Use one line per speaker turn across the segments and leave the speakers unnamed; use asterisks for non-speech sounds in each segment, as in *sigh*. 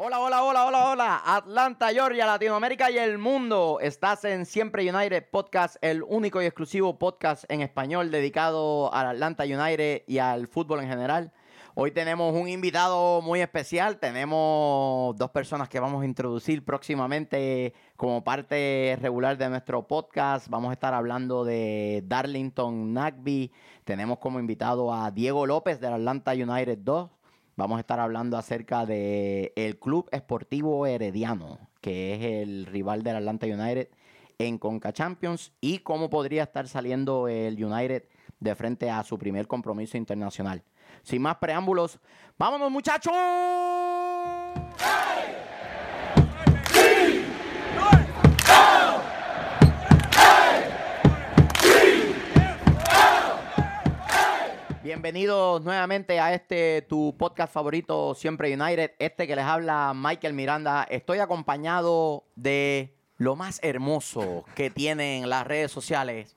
Hola, hola, hola, hola, hola. Atlanta, Georgia, Latinoamérica y el mundo. Estás en Siempre United Podcast, el único y exclusivo podcast en español dedicado al Atlanta United y al fútbol en general. Hoy tenemos un invitado muy especial. Tenemos dos personas que vamos a introducir próximamente como parte regular de nuestro podcast. Vamos a estar hablando de Darlington Nagby. Tenemos como invitado a Diego López del Atlanta United 2. Vamos a estar hablando acerca de el Club Esportivo Herediano, que es el rival del Atlanta United en Conca Champions y cómo podría estar saliendo el United de frente a su primer compromiso internacional. Sin más preámbulos, vámonos muchachos. Bienvenidos nuevamente a este tu podcast favorito Siempre United, este que les habla Michael Miranda. Estoy acompañado de lo más hermoso que tienen las redes sociales,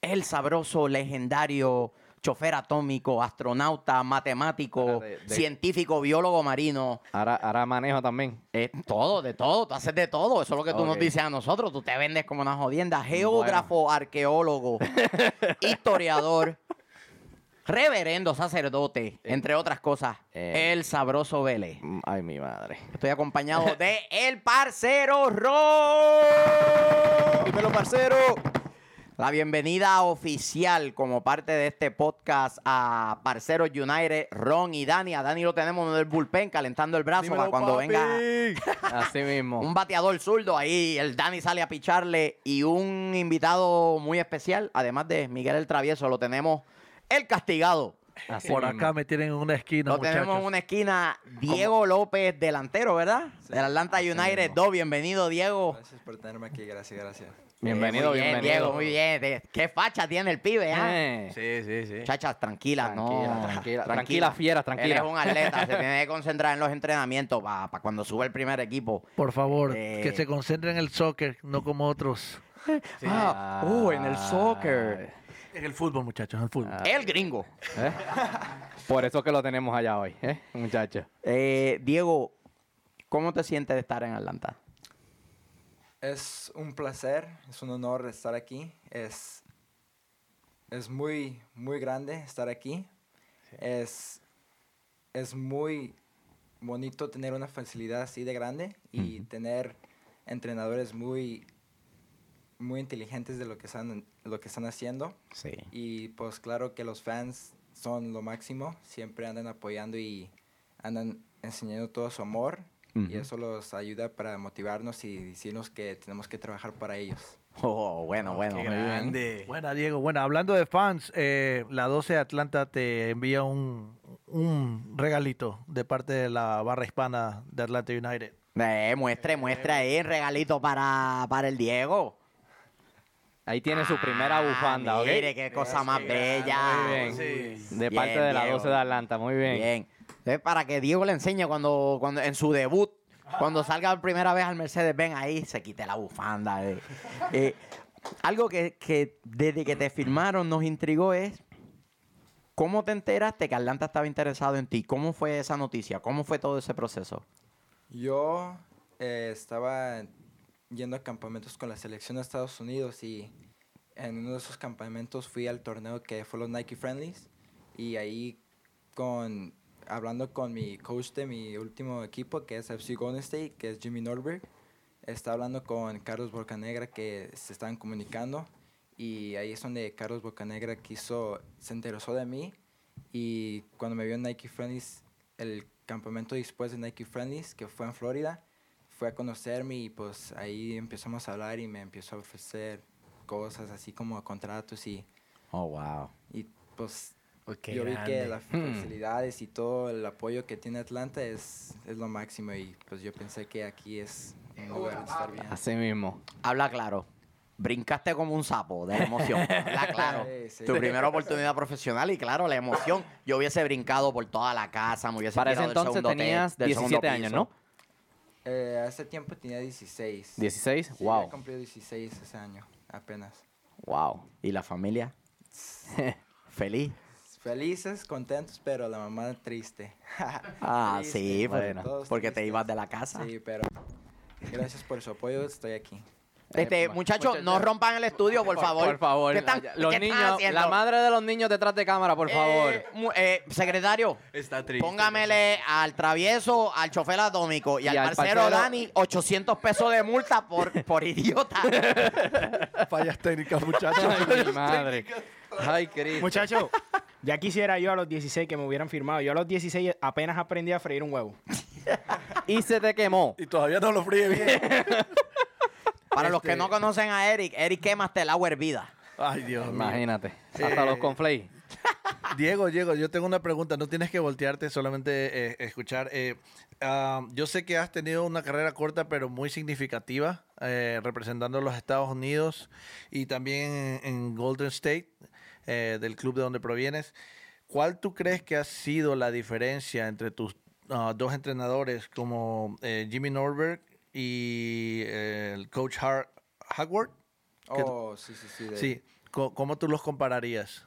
el sabroso, legendario chofer atómico, astronauta, matemático,
Ahora de- de-
científico, biólogo marino,
Ahora, ahora manejo también.
es todo, de todo, tú haces de todo. Eso es lo que tú nos
Ok.
dices a nosotros. Tú te vendes como una jodienda. Geógrafo,
*laughs*
arqueólogo, historiador, reverendo, sacerdote, entre otras cosas.
Eh.
El sabroso Vélez.
Mm, Ay, mi madre.
Estoy
*laughs*
acompañado de el parcero Ro. Dímelo, parcero. La bienvenida oficial como parte de este podcast a Parceros United, Ron y Dani. A Dani lo tenemos en el bullpen calentando el brazo para cuando venga
Así mismo.
un bateador zurdo ahí, el Dani sale a picharle y un invitado muy especial, además de Miguel el Travieso, lo tenemos el castigado.
Así
Por
mismo.
acá me tienen en una esquina,
lo
muchachos.
tenemos en una esquina, Diego López, delantero, ¿verdad? Del Atlanta United
mismo.
2, bienvenido Diego.
Gracias por tenerme aquí, gracias, gracias.
Bienvenido,
Eh, muy bien,
bienvenido.
Diego, muy bien. De- Qué facha tiene el pibe, ¿ah?
Eh,
Sí, sí, sí.
Muchachas, tranquilas, no.
Tranquila, tranquila, tranquila, fieras,
Él es
tranquila.
un
*laughs*
atleta, se tiene que concentrar en los entrenamientos para cuando sube el primer equipo.
Por favor,
Eh.
que se concentren en el soccer, no como otros.
Sí.
Ah, uh, en el soccer.
En el fútbol, muchachos, en el fútbol.
Ah.
El gringo.
¿Eh? Por eso que lo tenemos allá hoy, ¿eh, muchachos?
Eh, Diego, ¿cómo te sientes de estar en Atlanta?
Es un placer, es un honor estar aquí. Es, es muy, muy grande estar aquí. Es, es muy bonito tener una facilidad así de grande y tener entrenadores muy, muy inteligentes de lo que están, lo que están haciendo.
Sí.
Y pues claro que los fans son lo máximo, siempre andan apoyando y andan enseñando todo su amor y eso los ayuda para motivarnos y decirnos que tenemos que trabajar para ellos.
Oh, bueno, bueno. muy bien.
Buena, Diego. Bueno, hablando de fans, eh, la 12 de Atlanta te envía un, un regalito de parte de la barra hispana de Atlanta United.
Eh, muestre, muestre ahí el regalito para, para el Diego.
Ahí tiene su primera
Ah,
bufanda, ¿ok?
Mire, qué cosa más bella.
Muy bien. De
Bien,
parte de la
Diego.
12 de Atlanta, muy bien.
Bien. Entonces, para que Diego le enseñe cuando, cuando en su debut, cuando salga por primera vez al Mercedes, ven ahí, se quite la bufanda. *laughs* eh. Eh, algo que, que desde que te firmaron nos intrigó es cómo te enteraste que Atlanta estaba interesado en ti. ¿Cómo fue esa noticia? ¿Cómo fue todo ese proceso?
Yo eh, estaba yendo a campamentos con la selección de Estados Unidos y en uno de esos campamentos fui al torneo que fue los Nike Friendlies y ahí con hablando con mi coach de mi último equipo que es FC Golden State, que es Jimmy Norberg, está hablando con Carlos Bocanegra que se estaban comunicando y ahí es donde Carlos Bocanegra quiso se interesó de mí y cuando me vio en Nike Friendlies, el campamento después de Nike Friendlies, que fue en Florida, fue a conocerme y pues ahí empezamos a hablar y me empezó a ofrecer cosas así como contratos y,
Oh, wow.
y pues
Oh, qué
yo vi
grande. Hmm.
que las facilidades y todo el apoyo que tiene Atlanta es, es lo máximo y pues yo pensé que aquí es un lugar de estar bien.
Así mismo.
Habla claro. Brincaste como un sapo de la emoción. Habla claro.
Sí, sí.
Tu primera oportunidad profesional y claro, la emoción. Yo hubiese brincado por toda la casa, me hubiese
Para ese
tirado del
entonces
segundo te-
tenías
del segundo
17 años,
piso.
¿no?
Eh, hace tiempo tenía 16.
16.
Sí, ya
wow.
cumplí 16 ese año, apenas.
Wow. *laughs*
¿Y la familia? ¿Feliz?
Felices, contentos, pero la mamá *laughs* triste.
Ah,
Triste,
sí,
bueno,
bueno,
pues, todos
porque te
tristes.
ibas de la casa.
Sí, pero gracias por su apoyo, estoy aquí.
Este,
Eh,
muchachos,
muchachos,
no rompan el estudio, por favor.
Por favor.
¿Qué están-
allá- los
qué están
niños,
haciendo?
la madre de los niños detrás de cámara, por
Eh,
favor.
mu- eh, secretario,
Está triste.
póngamele al travieso, al chofer atómico y, al, parcero, Dani 800 pesos de multa *laughs* por, por idiota.
Fallas técnicas, muchachos.
Ay, mi madre. Ay, Cristo.
Muchachos, ya quisiera yo a los 16 que me hubieran firmado. Yo a los 16 apenas aprendí a freír un huevo.
*laughs* Y se te quemó.
y todavía no lo fríe bien. *laughs*
Para los
Este
que no conocen a Eric, Eric quema hasta el agua hervida.
Ay, Dios mío.
Imagínate. Hasta
Eh,
los conflays.
Diego, Diego, yo tengo una pregunta. No tienes que voltearte, solamente eh, escuchar. Eh, ah, yo sé que has tenido una carrera corta, pero muy significativa, eh, representando a los Estados Unidos y también en, en Golden State, eh, del club de donde provienes. ¿Cuál tú crees que ha sido la diferencia entre tus ah, dos entrenadores, como eh, Jimmy Norberg y eh, el coach Har Howard? ¿Qué-
Oh, sí, sí, sí. de-
Sí. Co- ¿Cómo tú los compararías?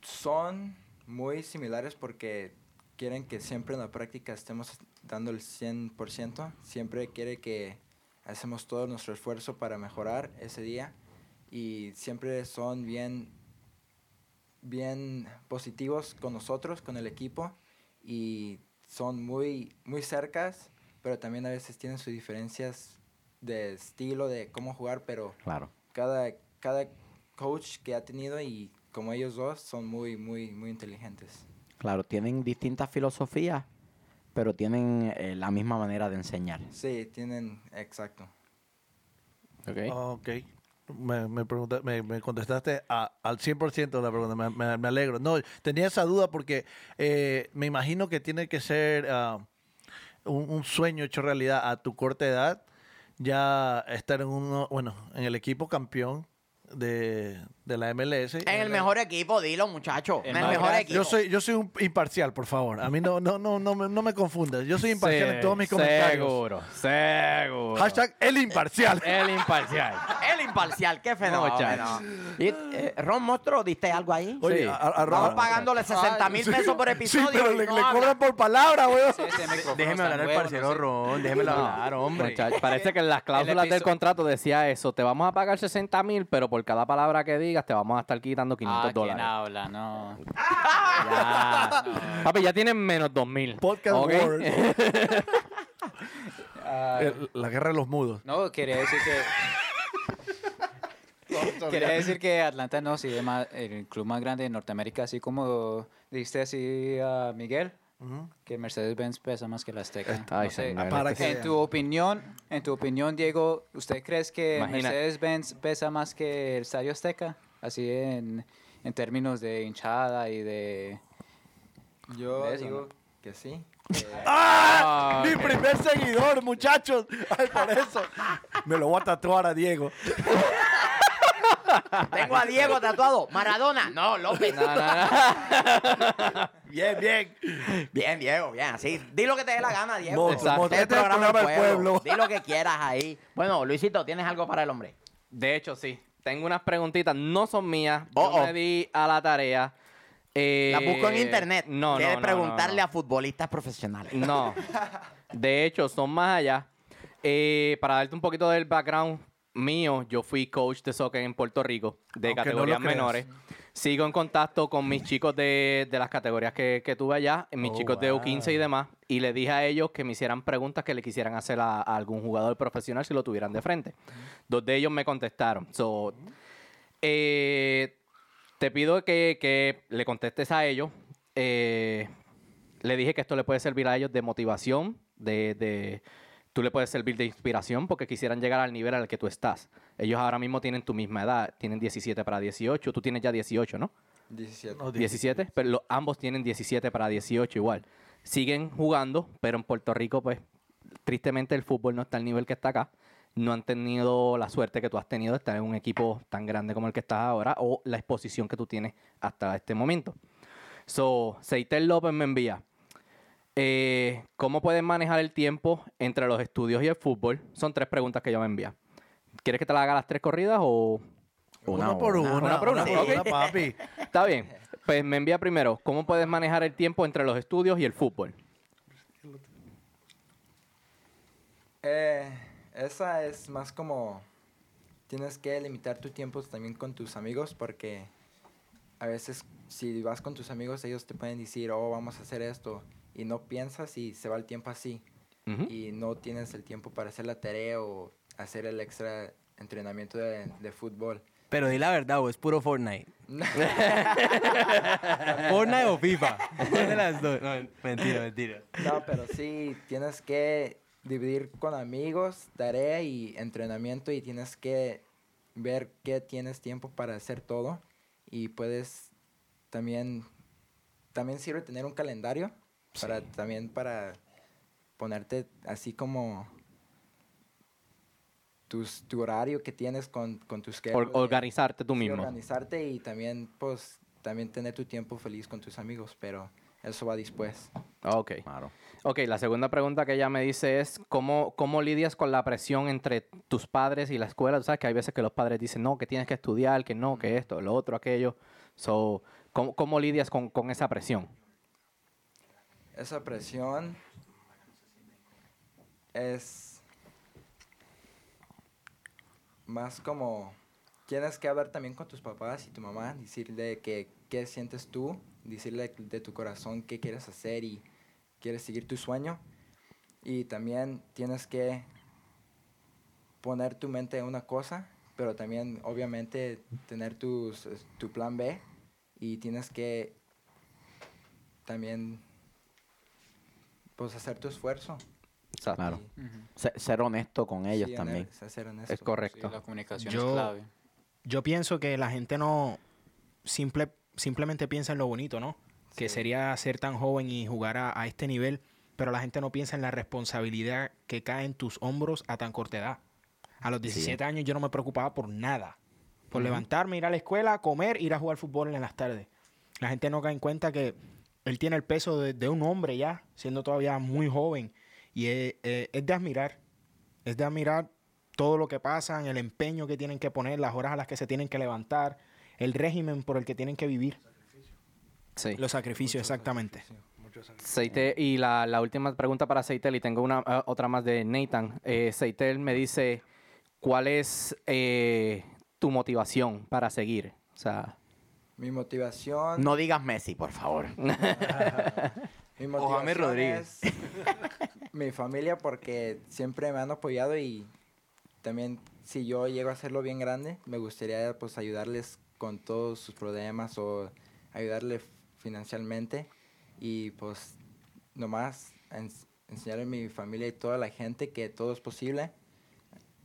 Son muy similares porque quieren que siempre en la práctica estemos dando el 100%. Siempre quiere que hacemos todo nuestro esfuerzo para mejorar ese día. Y siempre son bien, bien positivos con nosotros, con el equipo. Y son muy, muy cercas, pero también a veces tienen sus diferencias de estilo, de cómo jugar, pero
Claro.
cada, cada coach que ha tenido y como ellos dos son muy, muy, muy inteligentes.
Claro, tienen distintas filosofías, pero tienen eh, la misma manera de enseñar.
Sí, tienen, exacto.
Ok.
Ah, Ok. Me, me, pregunta- me- me contestaste a- al 100% la pregunta, me, me- me alegro. No, tenía esa duda porque eh, me imagino que tiene que ser ah, un, un sueño hecho realidad a tu corta edad, ya estar en uno, bueno, en el equipo campeón de, de la MLS.
En el mejor equipo, dilo, muchacho. En el
más,
mejor
gracias.
equipo.
Ah, Yo soy, yo soy un imparcial, por favor. A mí no, no, no, no, me- no me confundas. Yo soy imparcial en todos mis comentarios.
Seguro, Eh, seguro.
Hashtag el imparcial.
El
*laughs*
imparcial.
El imparcial, qué fenómeno.
chacho.
Y, eh, Ron Monstruo, ¿diste algo ahí?
Oye,
Sí.
a- a- a-
Estamos pagándole 60 mil pesos por episodio.
Sí, pero
y
le,
no
le
habla.
cobran por palabra, weón.
Déjeme hablar al parcero Ron, déjeme
No, muchacho, parece que en las cláusulas del
episo-
contrato decía eso. Te vamos a pagar 60 mil, pero por cada palabra que digas te vamos a estar quitando 500
Ah, ¿quién
dólares.
habla? No.
*laughs* Papi, ya tienen menos 2 mil.
Podcast
¿ok?
World. Eh, La guerra de los mudos.
No, quería decir que... Quería decir que Atlanta no sigue más, el club más grande de Norteamérica, así como dijiste así a Miguel, que Mercedes-Benz pesa más que la Azteca.
Ay,
No sé,
señor,
Para
este-
que-
En tu opinión, en tu opinión, Diego, ¿usted crees que
Imagina-
Mercedes-Benz pesa más que el Estadio Azteca? Así en, en términos de hinchada y de...
Yo
¿Ves o
digo que sí.
¡Ah! Mi primer seguidor, muchachos. Ay, por eso. Me lo voy a tatuar a Diego.
*laughs* Tengo a Diego tatuado. Maradona. No, López. *laughs*
Bien, bien.
Bien, Diego, bien. Así. Di lo que te dé la gana, Diego.
Monstruo,
Exacto.
monstruo.
Este es el programa del pueblo. Di lo que quieras ahí. Bueno, Luisito, ¿tienes algo para el hombre?
De hecho, sí. Tengo unas preguntitas, no son mías.
Oh,
Yo
oh.
me di a la tarea. Eh,
La busco en internet.
No, no,
Debes
no, no,
preguntarle
no.
a futbolistas profesionales. *laughs*
No. De hecho, son más allá. Eh, para darte un poquito del background mío, yo fui coach de soccer en Puerto Rico, de
Aunque no
categorías
lo creas.
menores. pues, Sigo en contacto con mis chicos de, de las categorías que, que tuve allá, mis
Oh,
chicos de U15 y demás, y le dije a ellos que me hicieran preguntas que le quisieran hacer a, a algún jugador profesional si lo tuvieran de frente. Dos de ellos me contestaron. So, eh, te pido que, que le contestes a ellos. Eh, le dije que esto le puede servir a ellos de motivación, de, de- tú le puedes servir de inspiración porque quisieran llegar al nivel al que tú estás. Ellos ahora mismo tienen tu misma edad, tienen 17 para 18, tú tienes ya 18, ¿no?
17.
17, pero lo- ambos tienen 17 para 18 igual. Siguen jugando, pero en Puerto Rico, pues, tristemente el fútbol no está al nivel que está acá. No han tenido la suerte que tú has tenido de estar en un equipo tan grande como el que estás ahora o la exposición que tú tienes hasta este momento. So, Seitel López me envía. eh, ¿Cómo pueden manejar el tiempo entre los estudios y el fútbol? Son tres preguntas que yo me envía. ¿Quieres que te las haga las tres corridas o...?
Una por una.
Una por una,
Una por
ok.
una, papi.
Está bien. Pues me envía primero, ¿cómo puedes manejar el tiempo entre los estudios y el fútbol?
Eh, esa es más como tienes que limitar tu tiempo también con tus amigos porque a veces si vas con tus amigos ellos te pueden decir, oh, vamos a hacer esto y no piensas y se va el tiempo así
Ujú.
y no tienes el tiempo para hacer la tarea o hacer el extra entrenamiento de, de fútbol.
Pero di la verdad, güey, es puro Fortnite. Fortnite o FIFA. ¿Cuál de las dos? No, mentira, mentira.
No, pero sí, tienes que dividir con amigos, tarea y entrenamiento y tienes que ver qué tienes tiempo para hacer todo y puedes también también sirve tener un calendario para también para ponerte así como tus, tu horario que tienes con, con tus que
Or- organizarte tú
Sí,
mismo.
organizarte y también pues también tener tu tiempo feliz con tus amigos, pero eso va después.
Ok. Ok, la segunda pregunta que ella me dice es, ¿cómo, ¿cómo lidias con la presión entre tus padres y la escuela? Tú sabes que hay veces que los padres dicen, no, que tienes que estudiar, que no, que esto, lo otro, aquello. So, ¿cómo, cómo lidias con, con esa presión?
Esa presión es más como tienes que hablar también con tus papás y tu mamá, decirle que qué sientes tú, decirle de tu corazón qué quieres hacer y quieres seguir tu sueño. Y también tienes que poner tu mente en una cosa, pero también obviamente tener tus, es- tu plan B y tienes que también pues hacer tu esfuerzo.
Exacto.
Claro.
y-
Se- ser honesto con ellos
Sí, en
también.
el- ser honesto.
Es correcto.
Sí, la comunicación
Yo-
es clave.
Yo pienso que la gente no simple, simplemente piensa en lo bonito, ¿no? Que
Sí.
sería ser tan joven y jugar a, a este nivel, pero la gente no piensa en la responsabilidad que cae en tus hombros a tan corta edad. A los 17 años yo no me preocupaba por nada. Por levantarme, ir a la escuela, comer, ir a jugar fútbol en las tardes. La gente no cae en cuenta que él tiene el peso de, de un hombre ya, siendo todavía muy joven. Y eh, eh, es de admirar. Es de admirar todo lo que pasan, el empeño que tienen que poner, las horas a las que se tienen que levantar, el régimen por el que tienen que vivir.
Sí.
Los sacrificios, exactamente.
Seitel- y la, la última pregunta para Seitel, y tengo una, ah, otra más de Nathan. Eh, Seitel me dice, ¿cuál es eh, tu motivación para seguir? O sea,
Mi motivación.
No digas Messi, por favor.
Mi
O
motivación
James Rodríguez.
es mi familia porque siempre me han apoyado y también si yo llego a hacerlo bien grande, me gustaría pues ayudarles con todos sus problemas o ayudarles financieramente y pues nomás ens- enseñarle a mi familia y toda la gente que todo es posible,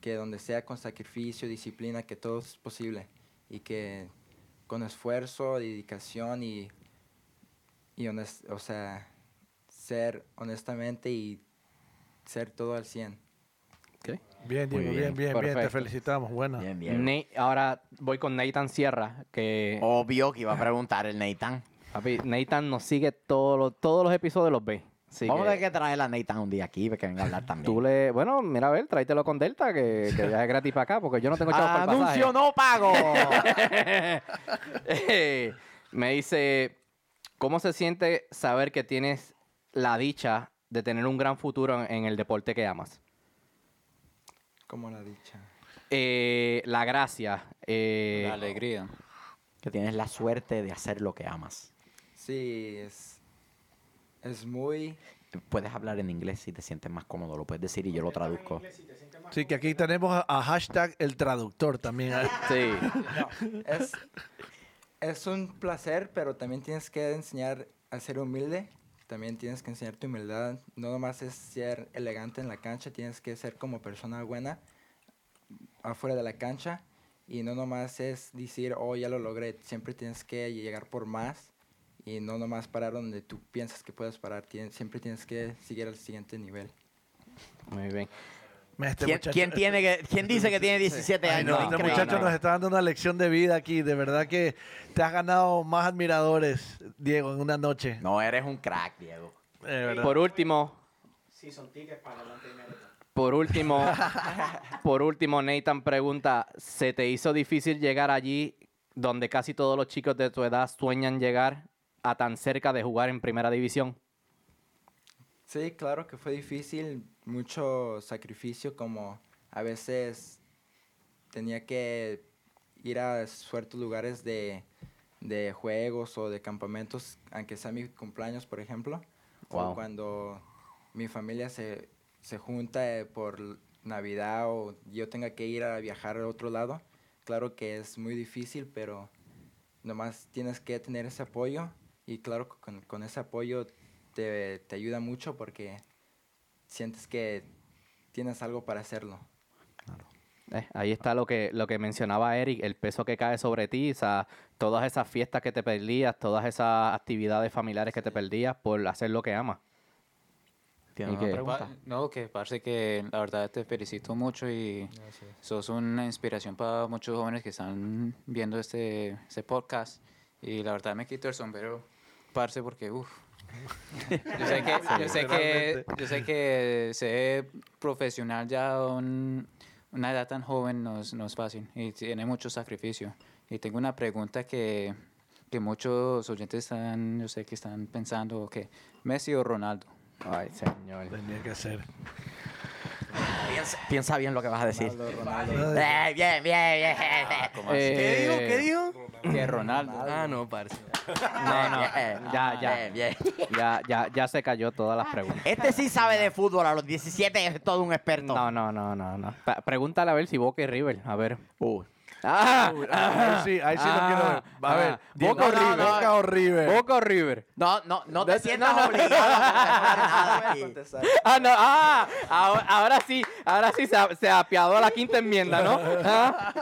que donde sea con sacrificio, disciplina, que todo es posible y que con esfuerzo, dedicación y, y hones- o sea, ser honestamente y ser todo al 100.
Bien,
Muy
Diego, bien,
bien,
bien, bien, Te
perfecto.
felicitamos. Buena.
Bien, bien.
Na- ahora voy con Nathan Sierra, que
Obvio que iba a preguntar el Nathan.
papi, Nathan nos sigue todos los- todos los episodios, los ve. Así
Vamos a
que-
tener que traer a Nathan un día aquí para que venga a hablar también.
Tú le, bueno, mira a ver, tráetelo con Delta, que,
*laughs*
que viaje gratis para acá, porque yo no tengo chavos para el pasaje.
Ah, ¡Anuncio no pago!
Eh, Me dice, ¿cómo se siente saber que tienes la dicha de tener un gran futuro en, en el deporte que amas?
Como la dicha.
Eh, la gracia. eh,
la alegría.
que tienes la suerte de hacer lo que amas.
Sí, es, es muy...
Puedes hablar en inglés si te sientes más cómodo, lo puedes decir y yo lo
Este
traduzco.
Sí, que aquí tenemos a, a hashtag el traductor también.
sí.
Es, es un placer, pero también tienes que enseñar a ser humilde. También tienes que enseñar tu humildad. No nomás es ser elegante en la cancha, tienes que ser como persona buena afuera de la cancha. Y no nomás es decir, oh, ya lo logré. Siempre tienes que llegar por más. Y no nomás parar donde tú piensas que puedes parar. Tien- siempre tienes que seguir al siguiente nivel.
Muy bien.
Me- este
¿Quién,
muchacho-
quién tiene que, ¿Quién dice que tiene 17
Ay,
años?
no, este
Increíble.
muchacho nos está dando una lección de vida aquí. De verdad que te has ganado más admiradores, Diego, en una noche.
No, eres un crack, Diego.
De verdad.
Por último, por último, por último, Nathan pregunta, ¿se te hizo difícil llegar allí donde casi todos los chicos de tu edad sueñan llegar a tan cerca de jugar en primera división?
Sí, claro que fue difícil, mucho sacrificio, como a veces tenía que ir a ciertos lugares de, de juegos o de campamentos, aunque sea mi cumpleaños, por ejemplo,
Wow.
o cuando mi familia se, se junta eh, por l- Navidad o yo tenga que ir a viajar a otro lado. Claro que es muy difícil, pero nomás tienes que tener ese apoyo y claro, que con, con ese apoyo te, te ayuda mucho porque sientes que tienes algo para hacerlo.
Eh, ahí está lo que, lo que mencionaba Eric, el peso que cae sobre ti, o sea, todas esas fiestas que te perdías, todas esas actividades familiares que te perdías por hacer lo que amas.
¿Tienes
¿Y
una
qué?
pregunta?
Pa- no, que parece que la verdad te felicito mucho y sos una inspiración para muchos jóvenes que están viendo este, este podcast. Y la verdad me quito el sombrero, parce, porque uff. Yo sé que, yo sé que, yo sé que ser profesional ya a un- una edad tan joven no es, no es fácil y tiene mucho sacrificio. Y tengo una pregunta que, que muchos oyentes están, yo sé que están pensando que Messi o Ronaldo.
Ay, señor.
Tenía que ser.
Piensa, piensa bien lo que vas a decir.
Ronaldo, Ronaldo.
Eh, bien, bien, bien.
Ah,
*laughs*
Eh,
Eh,
¿Qué dijo? ¿Qué dijo?
Que Ronaldo.
Ah, no,
*laughs*
parce.
No, no,
Eh,
ya, ya,
bien, bien.
ya, ya, ya se cayó todas las preguntas.
Este sí sabe de fútbol, a los 17 es todo un experto.
No, no, no, no, no. Pa- Pregúntale a ver si Boca y River, a ver.
Uh.
Ah,
ahí sí, ahí sí lo quiero ver. A ver,
Boca o
Diego-
River.
Boca o River.
Boca o River.
No, no, no te
No,
sientas
no, no.
obligado
*laughs*
a contestar nada
Voy a
aquí.
contestar.
Ah, no, ah, ahora, ahora sí, ahora sí se, a- se apiadó la quinta enmienda, ¿no? Ah.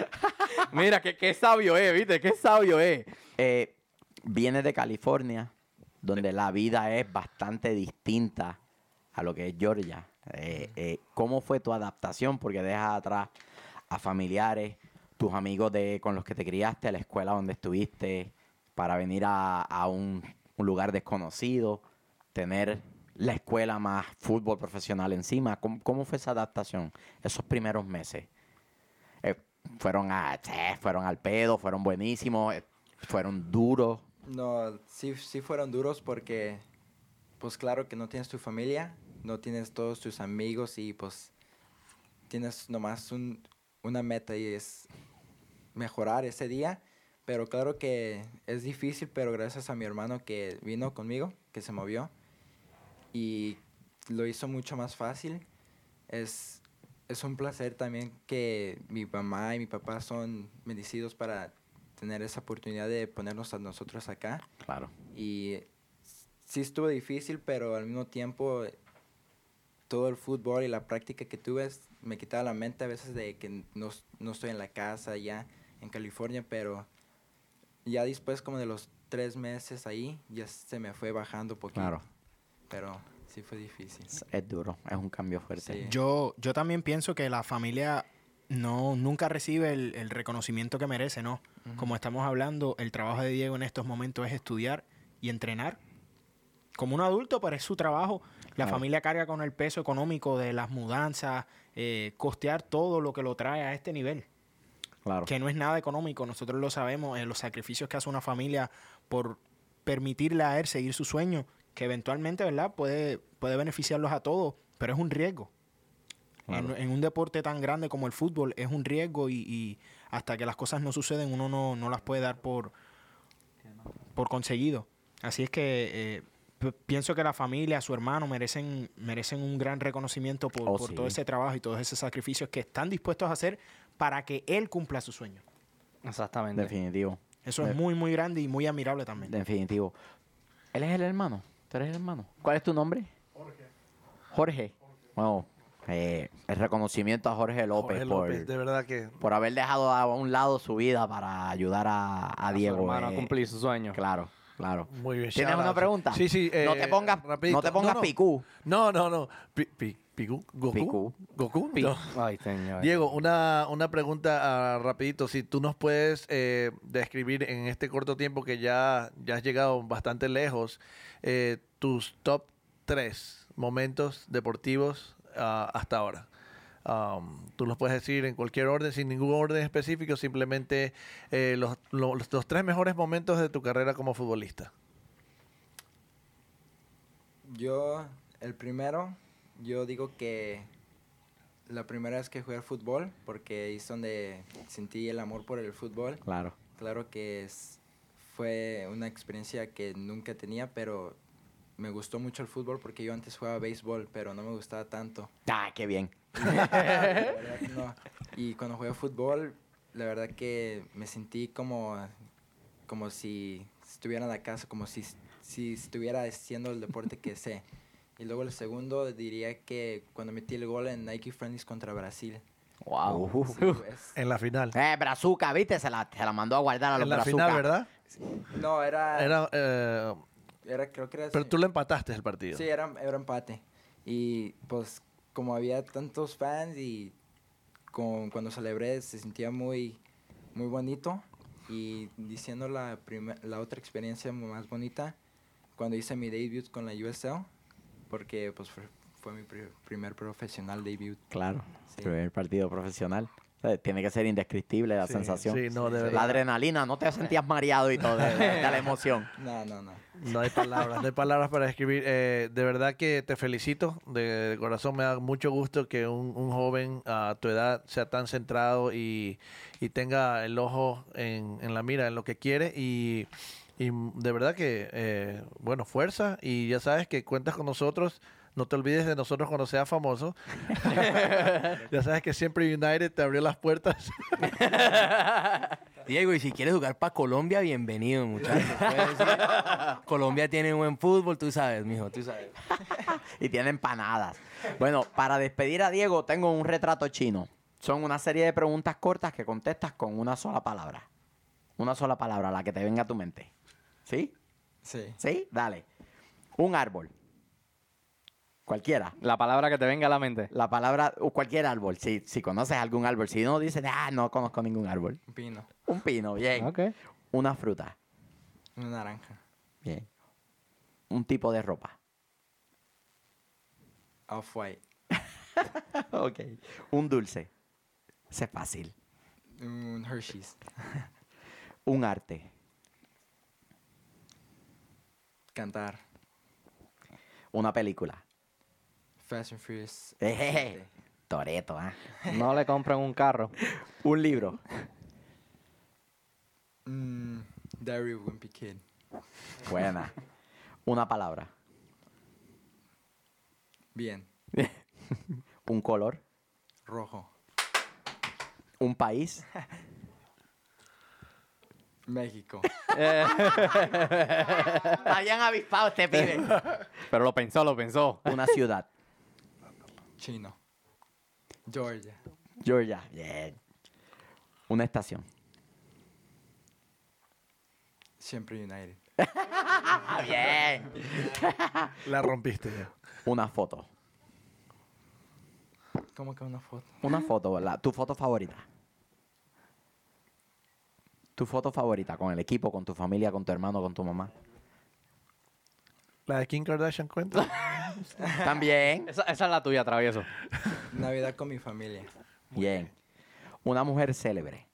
*laughs* Mira, qué, qué sabio es, ¿viste? Qué sabio es.
Eh, vienes de California, donde la vida es bastante distinta a lo que es Georgia. Eh, eh, ¿Cómo fue tu adaptación? Porque dejas atrás a familiares, tus amigos de, con los que te criaste, la escuela donde estuviste, para venir a, a un, un lugar desconocido, tener la escuela más fútbol profesional encima. ¿Cómo, cómo fue esa adaptación esos primeros meses? Eh, fueron, a, eh, fueron al pedo, fueron buenísimos, eh, fueron duros.
No, sí, sí fueron duros porque, pues claro que no tienes tu familia, no tienes todos tus amigos y pues tienes nomás un- una meta y es mejorar ese día. Pero claro que es difícil, pero gracias a mi hermano que vino conmigo, que se movió y lo hizo mucho más fácil. Es, es un placer también que mi mamá y mi papá son bendecidos para tener esa oportunidad de ponernos a nosotros acá.
Claro.
Y sí estuvo difícil, pero al mismo tiempo todo el fútbol y la práctica que tuve es- me quitaba la mente a veces de que no, s- no estoy en la casa ya en California, pero ya después como de los tres meses ahí ya se me fue bajando poquito.
Claro.
Pero sí fue difícil.
Es, es duro, es un cambio fuerte.
Sí.
Yo, yo también pienso que la familia no, nunca recibe el, el reconocimiento que merece, ¿no? Como estamos hablando, el trabajo de Diego en estos momentos es estudiar y entrenar. Como un adulto, pero es su trabajo. La familia carga con el peso económico de las mudanzas, eh, costear todo lo que lo trae a este nivel
Claro.
que no es nada económico, nosotros lo sabemos, eh, los sacrificios que hace una familia por permitirle a él seguir su sueño, que eventualmente, ¿verdad? Puede, puede beneficiarlos a todos, pero es un riesgo. En- En, un deporte tan grande como el fútbol es un riesgo y, y hasta que las cosas no suceden uno no, no las puede dar por, por conseguido. Así es que eh, p- pienso que la familia, su hermano, merecen, merecen un gran reconocimiento por,
Oh,
por
sí.
todo ese trabajo y todos esos sacrificios que están dispuestos a hacer para que él cumpla su sueño.
Exactamente.
Definitivo.
Eso
Eh,
es muy, muy grande y muy admirable también.
Definitivo. Él es el hermano. Tú eres el hermano. ¿Cuál es tu nombre? Jorge. Jorge. Bueno, eh, el reconocimiento a Jorge López,
Jorge
por,
López, de verdad que
por haber dejado a un lado su vida para ayudar a, a
A su
Diego.
hermano a
eh,
cumplir su sueño.
Claro, claro.
muy bien.
¿Tienes
Mm, shout
una
out.
pregunta?
Sí, eh, sí.
No te pongas- no te pongas picú.
No, no, no. Pi- pi- picú. Goku.
Picú.
Goku.
Pi-
No.
Ay, señor.
Diego, una, una pregunta ah, rapidito. Si tú nos puedes eh, describir en este corto tiempo que ya, ya has llegado bastante lejos, eh, tus top tres momentos deportivos ah, hasta ahora. um, tú los puedes decir en cualquier orden, sin ningún orden específico, simplemente eh, los, lo- los- los tres mejores momentos de tu carrera como futbolista.
Yo, el primero, yo digo que la primera vez que jugué al fútbol, porque ahí es donde sentí el amor por el fútbol.
Claro.
Claro que es, fue una experiencia que nunca tenía, pero me gustó mucho el fútbol porque yo antes jugaba béisbol, pero no me gustaba tanto.
Ah, qué bien.
*laughs* La verdad que no. Y cuando jugué fútbol, la verdad que me sentí como, como si estuviera en la casa, como si, si estuviera haciendo el deporte que sé. Y luego el segundo diría que cuando metí el gol en Nike Friendlies contra Brasil.
Wow.
Sí, pues,
En la final.
Uh, Eh, Brazuca, viste, se la, se la mandó a guardar a los
En la
Brazuca.
final, ¿verdad?
no, era, era,
Era, eh,
creo que era...
pero tú le empataste el partido.
Sí, era, era empate. Y pues como había tantos fans y con- cuando celebré se sentía muy, muy bonito. Y diciendo la, prime- la otra experiencia más bonita, cuando hice mi debut con la USL, porque pues fue, fue mi pri- primer profesional debut.
Claro.
Sí.
Primer partido profesional. O sea, tiene que ser indescriptible la
Sí,
sensación.
Sí, no, de
Sí.
La
verdad.
adrenalina, no te sentías mareado y todo de, de-
*laughs*
de la emoción.
No, no, no.
No hay palabras, no hay palabras para describir. Eh, de verdad que te felicito, de, de corazón me da mucho gusto que un, un joven a tu edad sea tan centrado y, y tenga el ojo en, en la mira, en lo que quiere y, y de verdad que, eh, bueno, fuerza y ya sabes que cuentas con nosotros. No te olvides de nosotros cuando seas famoso. ya sabes que siempre United te abrió las puertas. *laughs*
Diego, y si quieres jugar para Colombia, bienvenido, muchachos.
*laughs*
Puedes ir. Colombia tiene buen fútbol, tú sabes, mijo, tú sabes.
*laughs* Y tiene empanadas. Bueno, para despedir a Diego, tengo un retrato chino. Son una serie de preguntas cortas que contestas con una sola palabra. Una sola palabra, la que te venga a tu mente. ¿Sí?
Sí.
¿Sí? Dale. Un árbol. Cualquiera.
La palabra que te venga a la mente.
La palabra, o cualquier árbol. Si, si conoces algún árbol. Si no, dices, ah, no conozco ningún árbol.
Pino,
Un pino, bien.
Ok.
Una fruta.
una naranja,
Bien. Un tipo de ropa. *laughs*
off-white,
Ok. Un dulce. Ese es fácil.
un Hershey's,
Un arte.
cantar,
Una película. *laughs*
Fast and Furious.
Ejeje. Toreto, ¿ah?
No le compren un carro.
Un *laughs* libro.
Mm, Diary of a Wimpy Kid.
Buena. Una palabra.
Bien,
Un color.
rojo.
Un *laughs* país.
*laughs* México.
Habían avispado este pibe.
Pero lo pensó, lo pensó.
*laughs* Una ciudad.
Chino. Georgia.
Georgia. Bien. Una estación.
Siempre United.
Ah, bien.
La rompiste ya.
Una foto.
¿Cómo que una foto?
Una foto, la- tu foto favorita. Tu foto favorita con el equipo, con tu familia, con tu hermano, con tu mamá.
La de Kim Kardashian cuenta. *laughs*
También.
Esa, esa es la tuya, travieso.
Navidad con mi familia.
Bien. Una mujer célebre.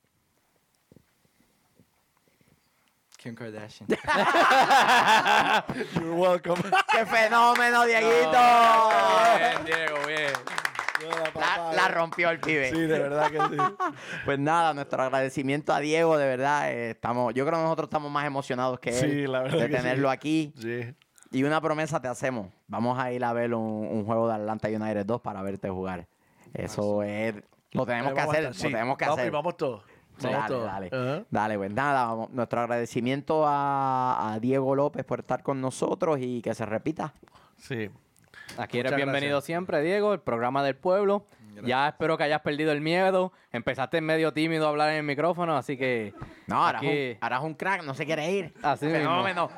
Kim Kardashian. *laughs*
You're welcome.
*laughs* ¡Qué fenómeno, Dieguito!
Bien, Diego, bien.
la, la rompió el pibe.
Sí, de verdad que sí.
Pues nada, nuestro agradecimiento a Diego, de verdad. eh, estamos, yo creo que nosotros estamos más emocionados que él
Sí, la verdad
de
que sí.
tenerlo aquí.
Sí.
Y una promesa te hacemos. Vamos a ir a ver un, un juego de Atlanta United 2 para verte jugar. Eso es. Lo tenemos que
Vamos a
hacer.
estar- sí,
Lo tenemos que
vamos, y
hacer.
Vamos todos.
Sí,
Vamos
dale,
todos.
dale.
Ajá.
Dale, pues nada, vamos- nuestro agradecimiento a, a Diego López por estar con nosotros y que se repita.
Sí.
Aquí eres
Muchas
bienvenido
gracias.
siempre, Diego, el programa del pueblo. Ya espero que hayas perdido el miedo. Empezaste medio tímido a hablar en el micrófono, así que.
No, ahora,
aquí-
es un, ahora es un crack, no se quiere ir.
Así
*laughs*
mismo.
Fenómeno.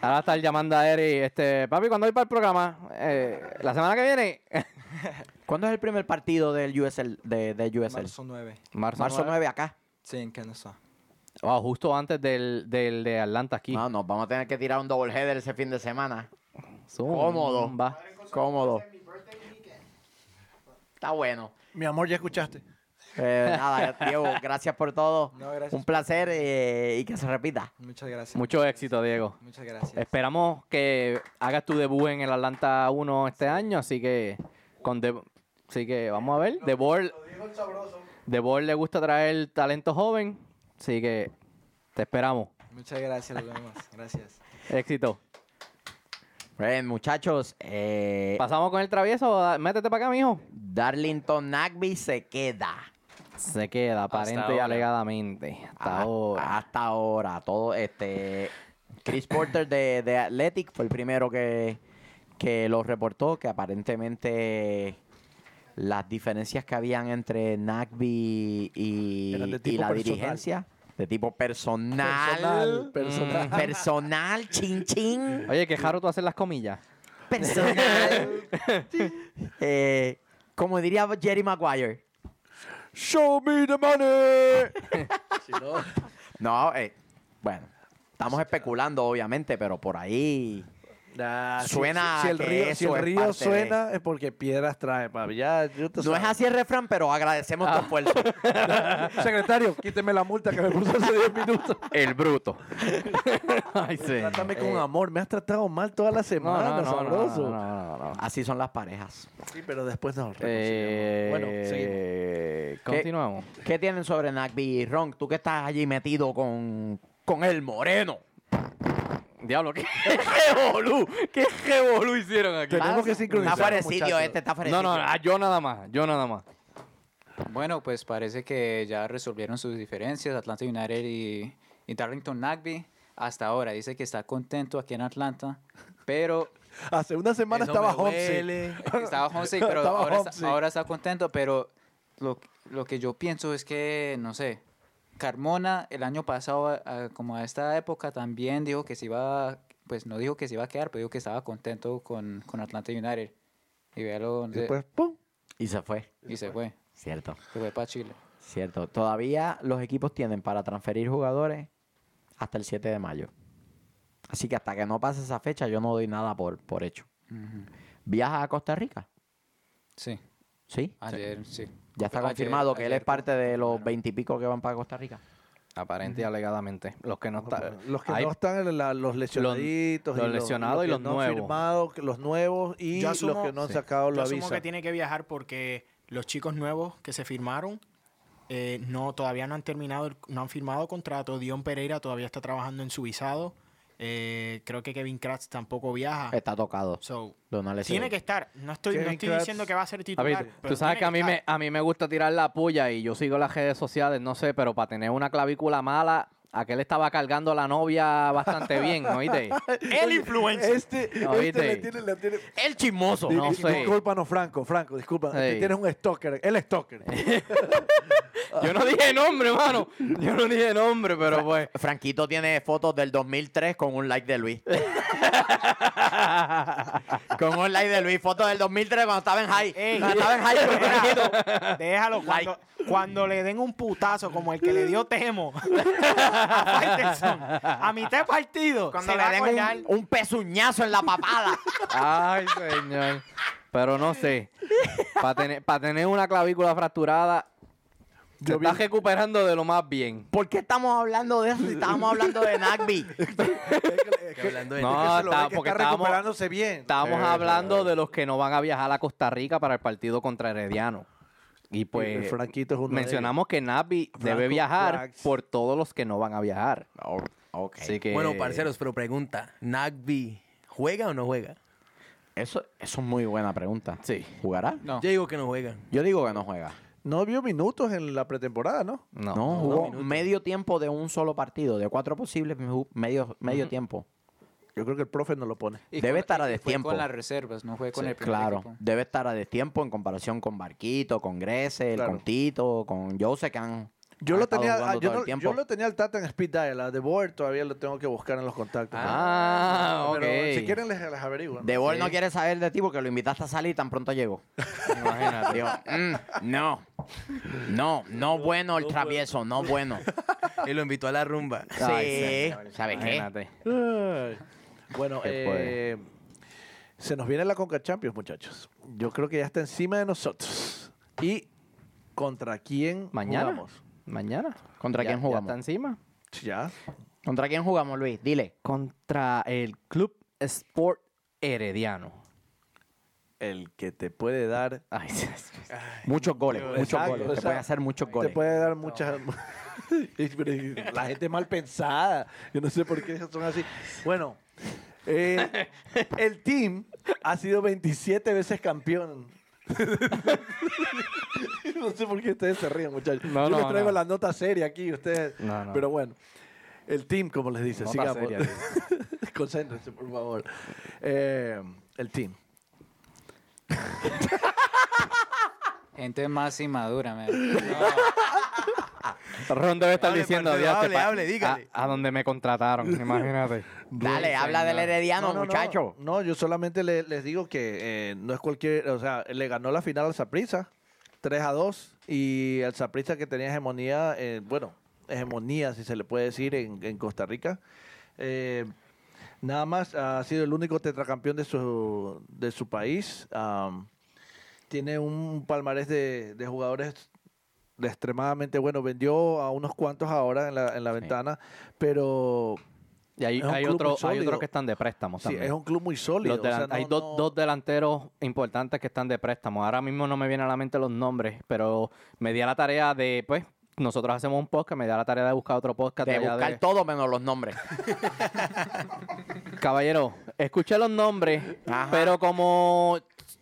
Ahora estar llamando a Eri, este, papi, ¿cuándo voy para el programa? Eh, la semana que viene. *laughs*
¿Cuándo es el primer partido del USL? De, de USL?
Marzo 9.
Marzo,
Marzo 9 acá.
Sí, en Kansas.
Wow, justo antes del, del de Atlanta aquí.
No, nos vamos a tener que tirar un double header ese fin de semana.
Zumba.
Cómodo. Cómodo. Está bueno.
Mi amor, ya escuchaste.
*laughs*
Eh, nada, Diego, gracias por todo.
No, gracias.
Un placer eh, y que se repita.
Muchas gracias.
Mucho éxito, Diego.
Muchas gracias.
Esperamos que hagas tu debut en el Atlanta 1 este año, así que con de- así que vamos a ver. De Ball, de Ball le gusta traer talento joven, así que te esperamos.
Muchas gracias, nos vemos. Gracias.
Éxito.
Eh, muchachos, eh,
Pasamos con el travieso, métete para acá, mijo.
Darlington Nagby se queda.
Se queda aparente y
ahora.
alegadamente. Hasta
Ah,
ahora.
Hasta ahora. Todo este. Chris Porter de, de Athletic fue el primero que, que lo reportó, que aparentemente las diferencias que habían entre Nagby y,
Eran de
y
tipo
la
personal.
dirigencia, de tipo personal.
Personal,
personal.
*laughs*
Personal, chin chin.
Oye, qué jaro tú haces las comillas.
Personal.
*laughs*
Eh, como diría Jerry Maguire.
Show me the money.
No, eh, bueno, estamos especulando, obviamente, pero por ahí. Suena
Si, el
que
río, si
eso
el
es
río
parte de-
suena es porque piedras trae, papi. Ya, yo te
No es
sabes.
así el refrán, pero agradecemos tu esfuerzo.
*laughs* Secretario, quíteme la multa que me puso hace 10 minutos. Eh.
El bruto. *laughs* Ay, sí.
Trátame con amor. Me has tratado mal toda la semana, sabroso. Ah,
no, no, no.
Así son las parejas.
Sí, pero después nos
Eh,
reconciliamos. pues Bueno, seguimos.
Continuamos.
¿Qué tienen sobre Nagby y Ron? Tú que estás allí metido con, con el moreno. *laughs*
Diablo, ¿qué revolú? ¿Qué revolú hicieron aquí?
Tenemos que sincronizar,
Está parecido
muchachos.
este, está parecido.
No, no, ah, yo nada más, yo nada más.
Bueno, pues parece que ya resolvieron sus diferencias, Atlanta United y, y Darlington Nagby. Hasta ahora dice que está contento aquí en Atlanta,
*laughs*
pero
Hace una semana
Eso
estaba
me
Homsey. *laughs*
huele.
estaba homesick, pero
Estaba
ahora,
homesick.
Está, ahora está contento. Pero lo, lo que yo pienso es que, no sé, Carmona el año pasado, a- a- como a esta época, también dijo que se iba, a- pues no dijo que se iba a quedar, pero dijo que estaba contento con, con Atlanta United. Y véalo, no sé,
Después, Pues, ¡pum!
Y se fue.
y se fue,
Cierto,
se fue para Chile.
cierto. Todavía los equipos tienen para transferir jugadores hasta el 7 de mayo. Así que hasta que no pase esa fecha, yo no doy nada por, por hecho.
Ujú.
¿Viaja a Costa Rica?
Sí,
Sí.
ayer sí.
Ya está
Ayer-
confirmado que él es
ayer
parte de los
confirmaron.
veintipico que van para Costa Rica.
Aparente y alegadamente. Los que no están.
Los que
hay-
no están, la- los lesionaditos.
los
y
lesionados y
que
los
no han
nuevos.
firmado, que- los nuevos y
Yo asumo-
los que no han
sí.
sacado
Yo
la
asumo
visa.
que tiene que viajar porque los chicos nuevos que se firmaron eh, no todavía no han terminado, el- no han firmado contrato. Dion Pereira todavía está trabajando en su visado. Eh, creo que Kevin Kratz tampoco viaja.
Ah.
Eh,
Está tocado.
So,
de una lesión.
tiene que estar. No estoy, no
Kevin
estoy
Kratz-
diciendo que va a ser
A
titular.
ver,
pero
tú sabes
tiene
que a mí,
estar.
me, a mí me gusta tirar la puya y yo sigo las redes sociales, no sé, pero para tener una clavícula mala, aquel estaba cargando a la novia bastante bien, ¿oíste?
El influencer.
Este,
No,
este
¿viste?
le tiene, le tiene.
El chismoso.
No
Di-
sé.
Discúlpanos, Franco, Franco, disculpa.
Sí. Este
Este Tienes un stalker, el stalker.
Yo no dije nombre, mano. Yo no dije nombre, pero pues.
Franquito tiene fotos del 2003 con un like de
*laughs*
Luis. con un like de Luis. Fotos del 2003 cuando estaba en high.
*laughs*
Ey.
Cuando estaba en high. con
*laughs*
Franquito.
Déjalo. Cuando, cuando le den un putazo como el que le
*laughs*
dio Temo a Faitelson a mitad de partido,
Cuando
se
le
va a
den
acordar.
un, un pezuñazo en la papada.
Ay, señor. Pero no sé. Para tener, pa' tener una clavícula fracturada, te
Yo vi-
estás recuperando de lo más bien.
¿Por qué estamos hablando de eso si estábamos hablando de Nagby?
Hablando de-
No,
Que se lo ve
está-
que
porque
está
estábamos-
recuperándose bien.
Estábamos
Sí,
hablando de los que no van a viajar a Costa Rica para el partido contra Herediano. Y
el
pues
Franquito es uno de
mencionamos que Navi debe
Franco
viajar
Frax.
por todos los que no van a viajar.
Oh, ok.
Así que
Bueno, parceros, pero pregunta, ¿Nagby juega o no juega?
Eso, eso es muy buena pregunta.
Sí.
¿Jugará?
No.
Yo digo que no juega.
Yo digo que no juega.
No vio minutos en la pretemporada, ¿no?
no.
No, jugó medio tiempo de un solo partido, de cuatro posibles ju- medio, medio tiempo.
Yo creo que el profe no lo pone.
Y
Debe
con-
estar a
y fue
destiempo.
Con las reservas, no fue con
Sí,
el primer
claro,
equipo.
debe estar a destiempo en comparación con Barquito, con Gressel,
Claro.
con Tito, con Jose, que han,
Yo
han
lo,
estado
tenía,
jugando
ah, yo,
todo el
no-
tiempo.
yo lo tenía al Tata en Speed Dial, a The Board todavía lo tengo que buscar en los contactos.
Ah, ok.
Pero si quieren les, les averiguo. ¿no?
De Boer no quiere saber de ti porque lo invitaste a salir y tan pronto llegó. Imagínate. no, no, no bueno el travieso, no bueno.
*laughs* Y lo invitó a la rumba.
Sí, ¿sabes *laughs* qué?
Imagínate.
Ay. Bueno,
¿Qué fue?
eh, se nos viene la Conca Champions, muchachos. Yo creo que ya está encima de nosotros. ¿Y contra quién
Mañana.
jugamos?
Mañana.
¿Contra
Ya-
quién jugamos?
Ya está encima.
Ya.
¿Contra quién jugamos, Luis? Dile.
Contra el Club Sport Herediano.
El que te puede dar.
Ay,
Muchos goles,
Dios,
muchos
exacto,
goles.
o
Te
sea,
pueden hacer muchos
Te
goles.
puede dar *laughs* muchas. Pero La gente mal pensada. Yo no sé por qué son así. Bueno, eh, el team ha sido 27 veces campeón. *laughs* no sé por qué ustedes se ríen, muchachos.
No,
Yo les
no,
traigo
no.
la nota seria aquí, ustedes.
No, no.
*laughs* Pero bueno, el team, como les dice,
Nota
sigamos.
seria,
*laughs* Concéntrense, por favor. Eh, el team.
Gente más
*laughs*
inmadura, man.
Ron debe estar
Hable,
diciendo
Marcelo,
adiós.
hable,
pa-
hable, dígale.
A, a donde me *laughs* contrataron, imagínate.
Dale, habla del herediano, muchacho.
No, yo solamente le- les digo que eh, no es cualquier. O sea, le ganó la final al Saprisa, 3 a 2. Y el Saprisa que tenía hegemonía, eh, bueno, hegemonía, si se le puede decir, en, en Costa Rica. Eh, nada más ha sido el único tetracampeón de su, de su país. Am, tiene un palmarés de, de jugadores de extremadamente bueno. Vendió a unos cuantos ahora en la, en la ventana, pero
Y hay,
Es un
hay
club
otro,
muy
hay
sólido.
otros que están de préstamo
Sí,
también.
es un club muy sólido.
Los
o sea,
delan-
no-
hay dos,
no-
dos delanteros importantes que están de préstamo. Ahora mismo no me vienen a la mente los nombres, pero me di a la tarea de, pues, nosotros hacemos un podcast, me di a la tarea de buscar otro podcast.
De
allá
buscar
de-
todo menos los nombres.
Caballero, escuché los nombres, pero como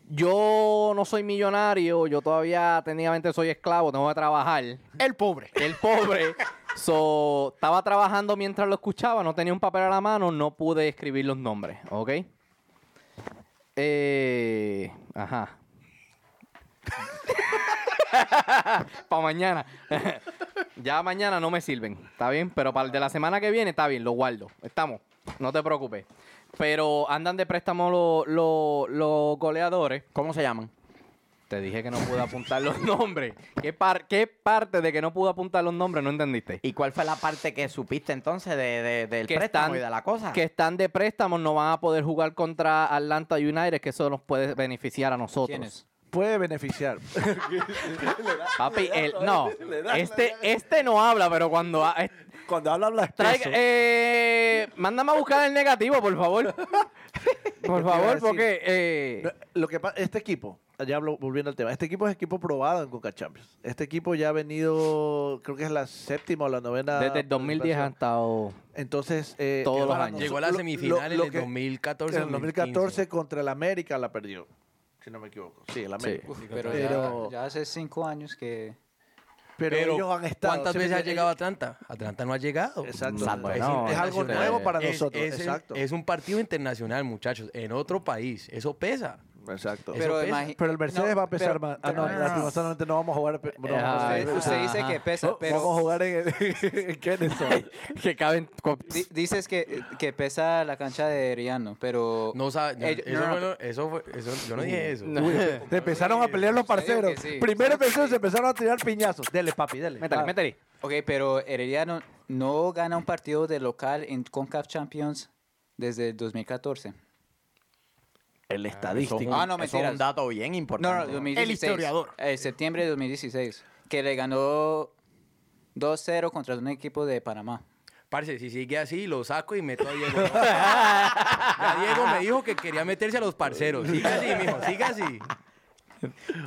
yo no soy millonario, yo todavía técnicamente soy esclavo, tengo que trabajar.
El pobre.
El pobre. So, estaba trabajando mientras lo escuchaba, no tenía un papel a la mano, no pude escribir los nombres, ¿ok? Eh, ajá. *laughs* para mañana. *laughs* ya mañana no me sirven, ¿está bien? Pero para el de la semana que viene, está bien, lo guardo. Estamos, no te preocupes. Pero andan de préstamo lo- lo- los goleadores.
¿Cómo se llaman?
Te dije que no pude apuntar los *laughs* nombres. ¿Qué, par- ¿Qué parte de que no pude apuntar los nombres no entendiste?
¿Y cuál fue la parte que supiste entonces de, de- del
Que
préstamo
están-
y de la cosa?
Que están de préstamo, no van a poder jugar contra Atlanta United, que eso nos puede beneficiar a nosotros.
¿Quién es?
puede beneficiar.
Papi, el, no, este, este no habla, pero cuando... ha- es-
Cuando habla, habla
traiga-
espeso.
eh, mándame a buscar el negativo, por favor. Por
iba a
favor,
decir?
porque... eh,
No, *laughs* Lo que pasa, este equipo, ya hablo- volviendo al tema, este equipo es equipo probado en Conca Champions. Este equipo ya ha venido, creo que es la séptima o la novena.
desde el 2010
participación.
hasta... oh,
Entonces, eh,
Todos
que
los
para
años.
nos-
Llegó a las
lo-
semifinales
lo- lo
del
que-
2014.
En el 2014 contra el América la perdió, si no me equivoco. Sí, el América.
Uf, pero
Pero-
ya, ya hace cinco años que...
Pero, ellos han estado.
¿Cuántas
¿sí me
veces ha
entiendes?
llegado Atlanta? Atlanta no ha llegado.
Exacto.
Exacto.
Es-
No,
es algo
internacional.
nuevo para
Es-
nosotros.
Es, el-
Exacto.
es un partido internacional, muchachos. En otro país. Eso pesa.
Exacto.
Eso
Pero,
pesa.
imagi-
Pero el Mercedes
no,
va a pesar
pero-
más. Ah, no,
pero-
lastimosamente no vamos a jugar. pe- no vamos a
Ah,
Usted,
jugar-
usted dice
Ajá.
que pesa,
Vamos a
pero
jugar en, *laughs* en
*laughs*
Kennesaw.
que caben... co-
di- dices que, que pesa la cancha de Herediano, pero...
No sabe. no,
Ellos-
eso,
no, no,
fue lo- eso fue- eso- yo no dije eso.
Te empezaron a pelear los
Usted dijo
parceros.
que sí.
Primero empezaron, se empezaron a tirar piñazos. Dele, papi, dele.
Métele,
Ah,
métele.
Ok, pero Herediano no gana un partido de local en CONCACAF Champions desde el 2014.
El
Eso es un-
estadístico.
Ah, no,
eso es
mentiras.
un dato bien
No, no,
importante.
2016.
El historiador.
Eh, septiembre de 2016, que le ganó 2-0 contra un equipo de Panamá.
Parce, si sigue así, lo saco y meto a Diego.
*laughs*
Ya Diego me dijo que quería meterse a los parceros. Siga así, mijo, siga así.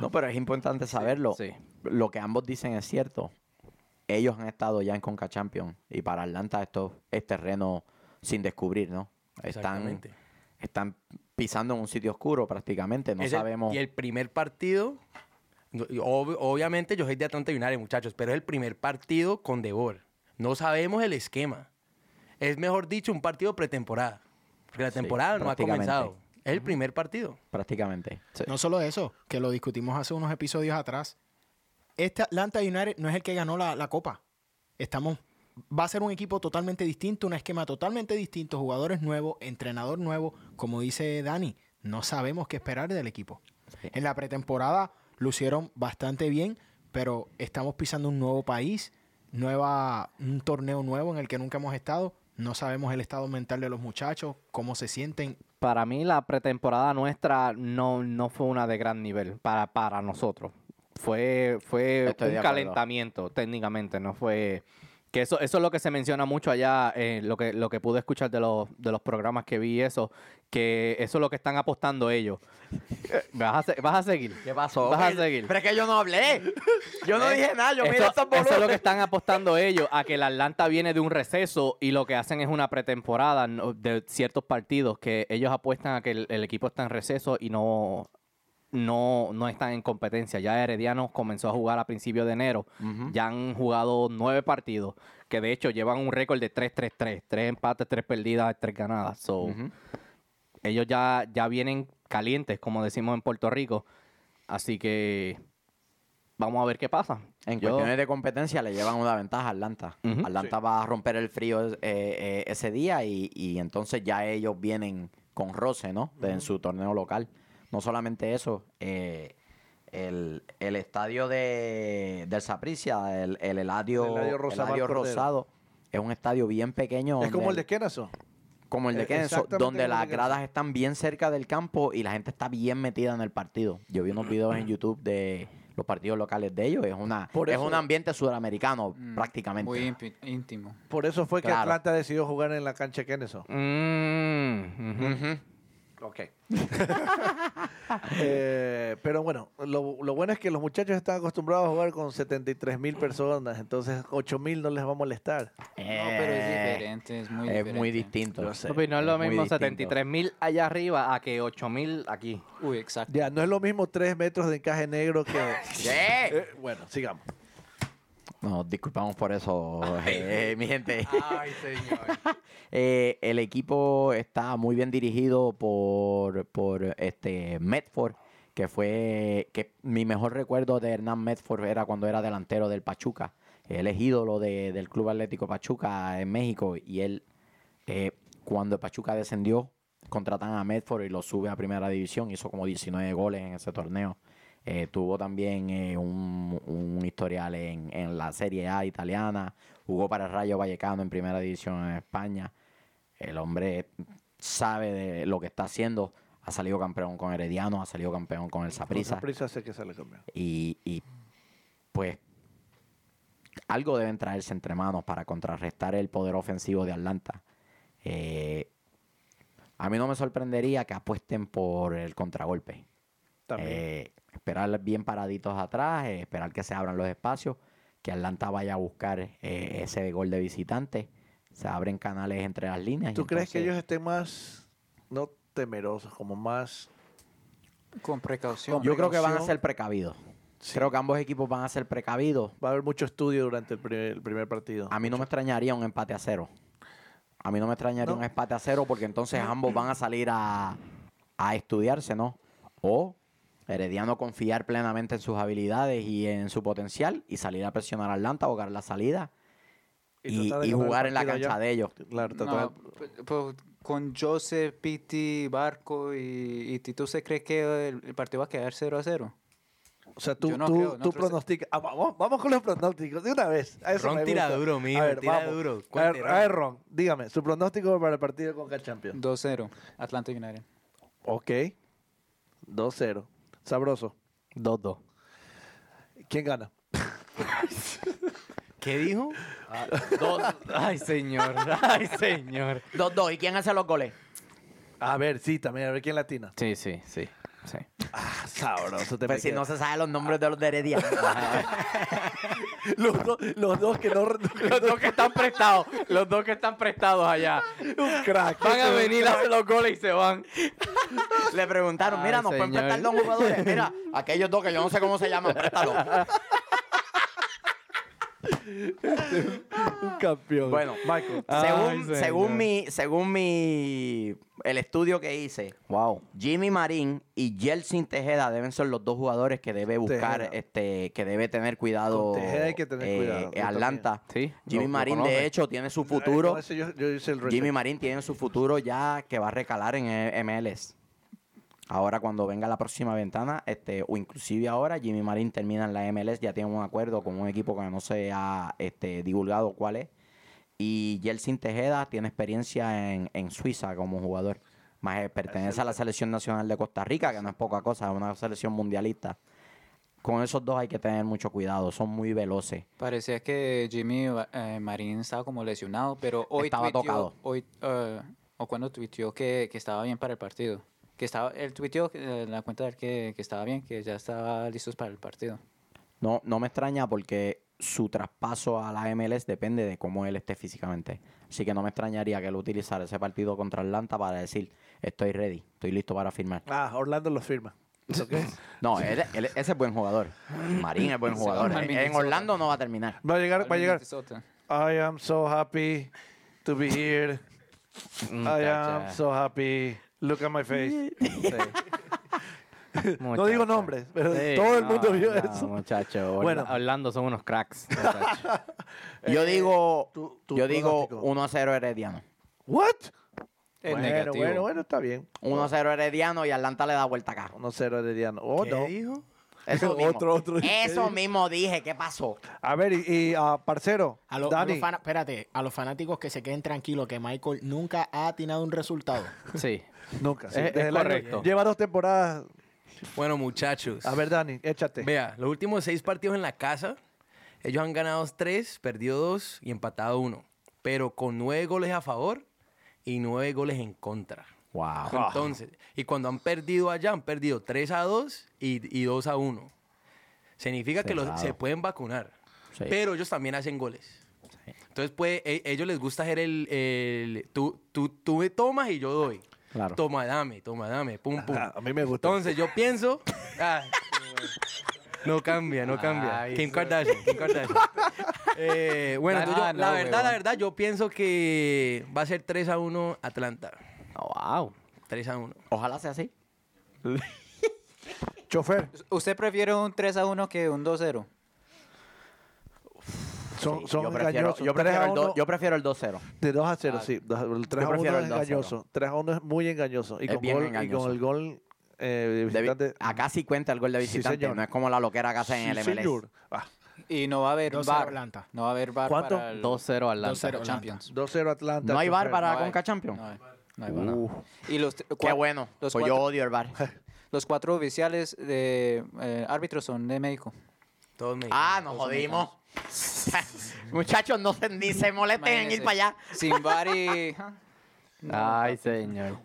No, pero es importante saberlo.
sí.
Lo que ambos dicen es cierto. Ellos han estado ya en Conca Champions y para Atlanta esto es terreno sin descubrir, ¿no? Están,
Exactamente.
están pisando en un sitio oscuro prácticamente. No
Es el-
sabemos.
y el primer partido, no, y ob- obviamente yo soy de Atlanta United, muchachos, pero es el primer partido con Devor. No sabemos el esquema. Es mejor dicho, un partido pretemporada. Porque la
Sí,
temporada no ha
prácticamente.
comenzado. Es el primer partido.
Prácticamente. Sí.
No solo eso, que lo discutimos hace unos episodios atrás. Este Atlanta United no es el que ganó la, la copa. Estamos. Va a ser un equipo totalmente distinto, un esquema totalmente distinto, jugadores nuevos, entrenador nuevo. Como dice Dani, no sabemos qué esperar del equipo. En la pretemporada lucieron bastante bien, pero estamos pisando un nuevo país, nueva, un torneo nuevo en el que nunca hemos estado. No sabemos el estado mental de los muchachos, cómo se sienten,
para mí la pretemporada nuestra no, no fue una de gran nivel para, para nosotros. Fue, fue
Estoy de
un
acuerdo.
calentamiento, técnicamente, no fue... Que eso, eso es lo que se menciona mucho allá, eh, lo, que, lo que pude escuchar de los, de los programas que vi y eso, que eso es lo que están
*laughs*
apostando ellos. ¿Vas a, se- vas a seguir?
¿Qué pasó?
Vas a
Pero-
seguir. Eh,
Pero es que yo no hablé. Yo no dije nada. Yo
Eso,
mira estos
eso es lo que
boludos.
están apostando ellos, a que el Atlanta viene de un receso y lo que hacen es una pretemporada ¿no? de ciertos partidos, que ellos apuestan a que el, el equipo está en receso y no, no, no están en competencia. Ya Herediano comenzó a jugar a principios de enero, ya han jugado nueve partidos, que de hecho llevan un récord de 3-3-3, tres empates, tres perdidas, tres ganadas. So, Ellos ya, ya vienen calientes, como decimos en Puerto Rico, así que... Vamos a ver qué pasa.
En
Yo-
cuestiones de competencia le llevan una ventaja a Atlanta.
Ujú.
Atlanta va a romper el frío eh, eh, ese día y, y entonces ya ellos vienen con roce, ¿no? De- En su torneo local. No solamente eso, eh, el, el estadio de, del Saprissa, el, el Eladio,
El Eladio Rosabal
Eladio
Cordero.
Rosado, es un estadio bien pequeño.
Es como
donde
el de Kenaso.
como el de
Eh,
Kenzo,
exactamente como
donde
el de
las
Kenzo.
gradas están bien cerca del campo y la gente está bien metida en el partido. Yo vi unos videos en YouTube de los partidos locales de ellos. Es una
Por
es
eso-
un ambiente sudamericano
Mm,
prácticamente.
Muy ímpi- íntimo.
Por eso fue que
Claro.
Atlanta decidió jugar en la cancha de Kenaso.
Mm, ujú.
Ok. *laughs* Eh, pero bueno, lo, lo bueno es que los muchachos están acostumbrados a jugar con 73 mil personas, entonces 8 mil no les va a molestar.
no, pero es diferente, es muy
Eh, es
diferente.
muy distinto.
Lo sé.
Papi, no es
es
lo
muy
mismo
distinto.
73 mil allá arriba a que 8 mil aquí.
Uy, exacto.
Ya, no es lo mismo 3 metros de encaje negro que...
*laughs* ¿Qué?
Eh, bueno, sigamos.
Nos disculpamos por eso, eh, mi gente.
Ay, señor.
*laughs* Eh, el equipo está muy bien dirigido por, por este Medford, que fue que mi mejor recuerdo de Hernán Medford era cuando era delantero del Pachuca. Él es ídolo de- del Club Atlético Pachuca en México y él eh, cuando Pachuca descendió contratan a Medford y lo sube a primera división, hizo como 19 goles en ese torneo. Eh, tuvo también eh, un, un historial en, en la Serie A italiana. Jugó para el Rayo Vallecano en primera división en España. El hombre sabe de lo que está haciendo. Ha salido campeón con Herediano, ha salido campeón con el Saprissa.
Prisa sé que sale campeón.
Y, y, pues algo deben traerse entre manos para contrarrestar el poder ofensivo de Atlanta. Eh, a mí no me sorprendería que apuesten por el contragolpe.
También.
Eh, esperar bien paraditos atrás, eh, esperar que se abran los espacios, que Atlanta vaya a buscar eh, ese gol de visitante. Se abren canales entre las líneas. y
¿Tú crees que
entonces-
ellos estén más, no temerosos, como más...
Con precaución.
Yo creo que van a
precaución?
ser precavidos.
Sí.
Creo que ambos equipos van a ser precavidos.
Va a haber mucho estudio durante el primer, el primer partido.
A mí no me extrañaría un empate a cero. A mí no me extrañaría
No.
un empate a cero porque entonces ambos van a salir a, a estudiarse, ¿no? O Herediano confiar plenamente en sus habilidades y en su potencial y salir a presionar a Atlanta, ahogar la salida y,
tratar de
y
ganar el
jugar en la
partido
cancha
allá.
de ellos.
Claro, tratar
No,
de-
p- p- con Joseph, Pitti, Barco y, y Tito, ¿se cree que el, el partido va a quedar 0 a 0?
O sea, tú,
Yo no
tú,
creo, no
tú
creo que-
pronosticas. Ah, vamos, vamos con los pronósticos de una vez. A eso
Ron
me
tira
gusta.
duro,
A
mijo,
ver,
tira
vamos.
duro.
A ver,
Cuente,
a ver, Ron, dígame, su pronóstico para el partido con Champions.
2-0, Atlanta United.
Ok. 2-0. Sabroso.
2-2.
¿Quién gana?
¿Qué dijo?
Dos. Ay, señor. Ay, señor.
Dos, dos. ¿Y quién hace los goles?
A ver, sí, también, a ver quién latina.
Sí, sí, sí. sí.
Sabroso, te
Pues si no se sabe los nombres de los de *laughs* Herediano.
los, dos, los dos que no.
Los dos que están prestados. Los dos que están prestados allá.
un crack.
Van a venir, hacen los goles y se van.
Le preguntaron, mira,
Ay,
nos pueden
señor.
prestar dos jugadores. Mira, aquellos dos que yo no sé cómo se llaman,
*laughs*
préstalos. Este
Un campeón.
Bueno,
Michael.
Ay,
Según, según
señor.
mi, según mi, el estudio que hice, wow, Jimmy Marín y Jelsin Tejeda deben ser los dos jugadores que debe buscar,
Tejeda.
este, que debe tener cuidado. eh,
Con Tejeda hay que tener cuidado, yo
Atlanta.
también. Sí,
Jimmy
lo- lo
Marín,
conoce.
de hecho, tiene su futuro.
Con eso Eh, yo, yo hice el
Jimmy
research.
Marín tiene su futuro ya que va a recalar en eh, MLS. Ahora cuando venga la próxima ventana, este, o inclusive ahora, Jimmy Marín termina en la MLS, ya tiene un acuerdo con un equipo que no se ha este, divulgado cuál es. Y Jelsin Tejeda tiene experiencia en, en Suiza como jugador. Más eh, pertenece a la selección nacional de Costa Rica, que no es poca cosa, es una selección mundialista. con esos dos hay que tener mucho cuidado. Son muy veloces.
Parecía que Jimmy eh, Marín estaba como lesionado, pero hoy
Estaba
tuiteó-
tocado.
Hoy, eh, o cuando tuiteó que, que estaba bien para el partido. Que estaba, él tuiteó eh, en la cuenta de él que, que estaba bien, que ya estaba listos para el partido.
No, no me extraña porque su traspaso a la MLS depende de cómo él esté físicamente. Así que no me extrañaría que él utilizara ese partido contra Atlanta para decir, estoy ready, estoy listo para firmar.
Ah, Orlando los firma.
No, él- él- ese es buen jugador. Marín es buen
Se va
jugador.
para
En- En
Minnesota.
Orlando no va a terminar.
Va a llegar, va a llegar.
Minnesota.
I am so happy to be here.
Mm,
I am
Muchacha.
so happy. Look at my face. *laughs* No
Muchacha.
digo nombres, pero
Sí,
todo el
no,
mundo vio
no,
eso.
Muchacho,
Bueno.
bueno. Orlando son unos cracks. muchacho.
Yo digo,
Eh, tu- tu
yo digo
pronóstico.
1 a 0 Herediano.
What?
Es
bueno,
negativo.
bueno, bueno, está bien.
1 a 0 Herediano y Atlanta le da vuelta acá.
1-0 Herediano. Oh,
¿Qué
no.
dijo?
Eso mismo.
Otro, otro.
Eso mismo dije. ¿Qué pasó?
A ver, y, y, ah, parcero,
A, lo- a los
Dani.
fana- espérate, a los fanáticos que se queden tranquilos que Michael nunca ha atinado un resultado.
sí.
Nunca. sí,
Es-
desde
es
el año-
correcto.
Lleva dos temporadas.
Bueno, muchachos.
A ver, Dani, échate.
Vea, los últimos seis partidos en la casa, ellos han ganado tres, perdido dos y empatado uno. Pero con nueve goles a favor y nueve goles en contra.
Wow.
Entonces, y cuando han perdido allá, han perdido 3 a 2 y, y 2 a 1. Significa que los,
Cerrado.
se pueden vacunar.
Sí.
Pero ellos también hacen goles. Entonces, pues, e- ellos les gusta hacer el, el tú, tú, tú me tomas y yo doy.
Claro.
Toma, dame, toma, dame, pum, pum.
Ah, a mí me gusta.
Entonces, yo pienso... ah, no cambia, no cambia.
Ay,
Kim
sí.
Kardashian, Kim Kardashian. Eh, bueno,
Ah,
entonces yo-
no,
la verdad, la
huevón.
verdad, yo pienso que va a ser 3 a 1 Atlanta.
Wow.
3 a 1.
Ojalá sea así.
Chofer,
¿Usted prefiere un 3 a 1 que un 2 a 0?
son,
Sí,
son
yo prefiero,
engañosos.
yo
Tres
prefiero
a
el
uno-
do- yo prefiero el 2-0.
De 2 a 0,
Ah,
sí. Dos- El 3
yo
a 1
prefiero
es
el 2 a 0.
engañoso. 3 a 1 es muy engañoso. Y,
Es
con,
bien
gol, y
engañoso. Ah,
con el gol eh, de
De vi-
visitante.
acá sí cuenta el gol de
Sí,
visitante,
señor.
no es como la loquera que hacen en el
Sí,
MLS.
señor. Ah,
Y no va a haber
2-0
bar.
Atlanta.
No va a haber bar
¿Cuánto?
para el
2-0 Atlanta.
2-0
Champions.
2-0 Atlanta.
No hay
chofer.
bar para
No hay.
Conca Champions.
No hay, no hay bar. Y los, t-
Uh. Qué
cua-
bueno.
los
Pues
cuatro-
yo odio el bar.
Los cuatro oficiales de eh, árbitros son de México.
Todos me
*laughs* ah, nos jodimos. *laughs* Muchachos, no se, ni se molesten en ir
Imagínese,
para allá.
Sin bar
*laughs*
y...
Ay, señor.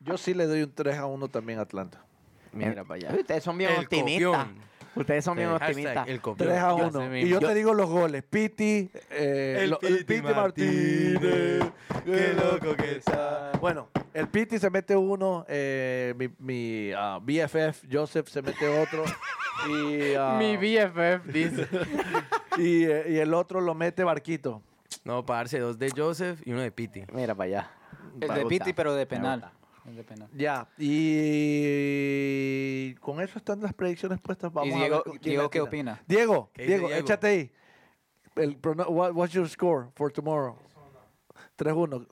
Yo sí le doy un 3 a 1 también a Atlanta.
Mira para allá.
Ay, Ustedes son bien
El
optimistas.
copión.
Ustedes son bien
Hashtag
optimistas.
el copión.
3 a
yo-
1.
así
Y yo
mismo.
te digo los goles. Piti, eh,
El
lo-
Piti Martínez, qué loco que está.
Eh, Bueno, el Piti se mete uno, eh, mi, mi, ah, BFF Joseph se mete
*laughs*
otro. y, ah,
Mi BFF dice.
*laughs* y, eh, y el otro lo mete Barquito.
No, parce, dos de Joseph y uno de Piti.
Mira para allá.
El de Piti, pero de penal. El de penal.
Ya, y con eso están las predicciones puestas. Vamos a ver
Diego-
con quién
Diego
la
qué
tira.
opina?
Diego,
¿Qué dice
Diego,
Diego?
échate ahí. El prono- what- what's your score for tomorrow? 3-1.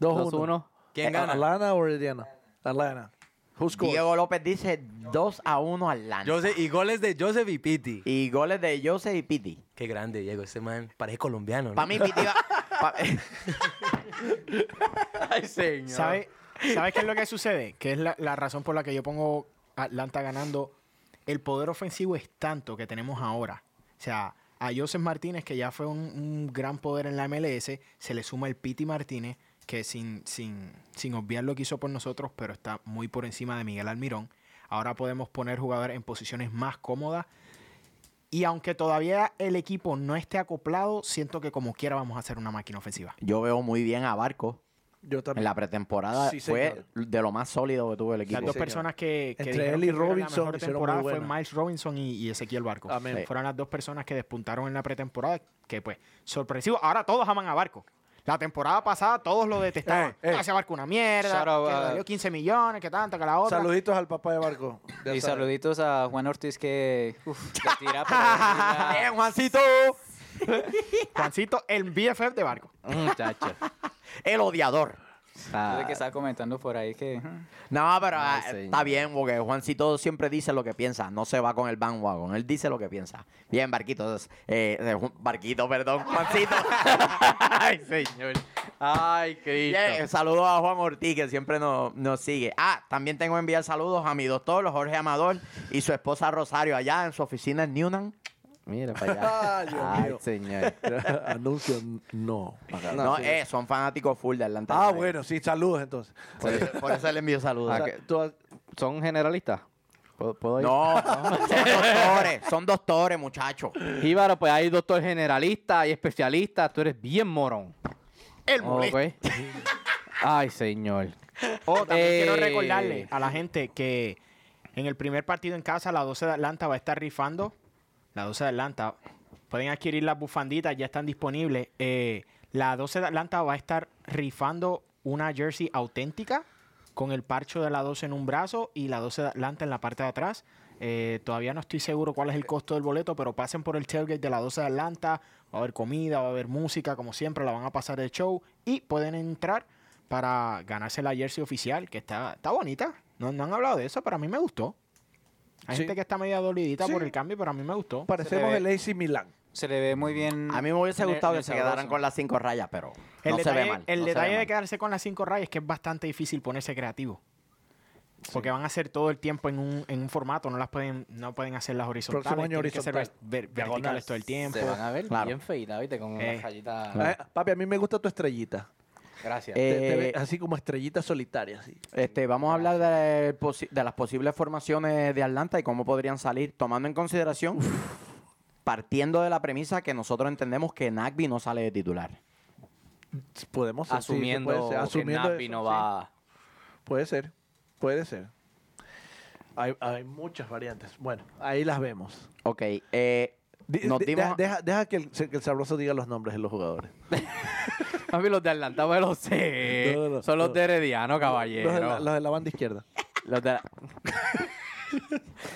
2-1.
2-1.
¿Quién
Eh,
gana?
¿Atlanta o Herediana? Atlanta. Who scores?
Diego López dice 2 a 1 Atlanta.
Joseph, y goles de Joseph y Piti.
Y goles de Jose y Piti.
Qué grande, Diego. Este man parece colombiano, ¿no?
Para mí, Piti va. pa-
Ay, señor.
¿Sabe- ¿Sabes qué es lo que sucede? Que es la, la razón por la que yo pongo Atlanta ganando. El poder ofensivo es tanto que tenemos ahora. O sea, a Joseph Martínez, que ya fue un, un gran poder en la MLS, se le suma el Piti Martínez, que sin, sin, sin obviar lo que hizo por nosotros, pero está muy por encima de Miguel Almirón. Ahora podemos poner jugadores en posiciones más cómodas. Y aunque todavía el equipo no esté acoplado, siento que como quiera vamos a hacer una máquina ofensiva.
*laughs* Yo veo muy bien a Barco.
Yo
En
también.
la pretemporada
Sí,
fue
señor.
de lo más sólido que tuvo el
Sí,
Las dos
equipo.
señor.
personas que, que
Entre
dijeron
él y
que tuvieron la
Robinson
mejor
hicieron muy
temporada fue
buena.
Miles Robinson y, y Ezequiel Barco.
Amén. Sí.
Fueron las dos personas que despuntaron en la pretemporada, que pues, sorpresivo. Ahora todos aman a Barco. La temporada pasada todos lo detestaban.
Ey, ey.
Hace Barco una mierda,
Shout out
que
a-
le dio 15 millones, que tanto, que la otra. *laughs*
Saluditos al papá de Barco. Ya
Y
sabes.
saluditos a Juan
*laughs*
Ortiz que... Uf, la tira pero-
¡Eh,
*laughs*
Juancito!
Juancito, el BFF de Barco.
Muchacho.
El odiador.
Está-
Entonces, que estaba comentando por ahí que... mm,
No, pero
Ay,
ah,
señor.
está bien, porque Juancito siempre dice lo que piensa, no se va con el bandwagon, él dice lo que piensa. Bien, Barquito, entonces, eh, eh, Ju- Barquito, perdón,
*laughs*
Juancito.
Ay, señor. Ay, Cristo.
Bien, saludos a Juan Ortiz, que siempre nos, nos sigue. Ah, también tengo que enviar saludos a mi doctor, Jorge Amador, y su esposa Rosario, allá en su oficina en Newnan.
Mira para allá.
Ay, Dios
Ay,
mío.
señor.
Anuncio no.
No, eh, son fanáticos full de Atlanta.
Ah,
United.
bueno, sí, saludos entonces.
Por eso, por eso le envío saludos.
Ah, que- ¿Son generalistas? ¿Puedo, puedo ir?
No, *laughs* son doctores, son doctores, muchachos.
Jíbaro, pues hay doctor generalista, hay especialista. Tú eres bien morón.
Oh,
El molesto.
Ok. Ay, señor.
Oh, también quiero
Eh.
recordarle a la gente que en el primer partido en casa, la 12 de Atlanta va a estar rifando. La 12 de Atlanta. Pueden adquirir las bufanditas, ya están disponibles. Eh, la 12 de Atlanta va a estar rifando una jersey auténtica con el parcho de la 12 en un brazo y la 12 de Atlanta en la parte de atrás. Eh, todavía no estoy seguro cuál es el costo del boleto, pero pasen por el tailgate de la 12 de Atlanta. Va a haber comida, va a haber música, como siempre, la van a pasar el show y pueden entrar para ganarse la jersey oficial, que está, está bonita. No, no han hablado de eso, pero a mí me gustó. Hay
Sí.
gente que está media dolidita por
Sí.
el cambio, pero a mí me gustó.
Parecemos
ve.
el AC Milan.
Se le ve muy bien...
A mí me hubiese
en el-
gustado
en
que
el
se quedaran
sabroso.
con las cinco rayas, pero
El
no
detalle,
se ve mal.
el
no se
detalle
ve
de
mal.
quedarse con las cinco rayas es que es bastante difícil ponerse creativo. Porque van a hacer todo el tiempo en un, en un formato, no las pueden, no pueden hacer las horizontales,
Próximo año
tienen que ser
horizontal.
ver- ver-
Diagonal.
verticales todo el tiempo.
pues.
Se van a ver
Claro.
bien feita, ¿viste? Con
Eh.
una rayita.
Ah, papi, a mí me gusta tu estrellita.
Gracias.
Eh,
Te- te ves así como estrellita solitaria. Así.
Este, vamos a hablar de, posi- de las posibles formaciones de Atlanta y cómo podrían salir, tomando en consideración, partiendo de la premisa que nosotros entendemos que Nagby no sale de titular.
Podemos sí, sí,
asumiendo,
puede ser, asumiendo
que Napi
eso,
no
sí.
va.
Puede ser, puede ser. Hay, hay muchas variantes. Bueno, ahí las vemos.
Ok, eh,
Di-
nos
de-
dimos-
deja, deja- deja que, el, que el sabroso diga los nombres de los jugadores.
Papi, los de Atlanta, pues los sé.
No, no, no,
Son los
no.
de Herediano, caballero.
Los de, la, los de la banda izquierda.
los de la-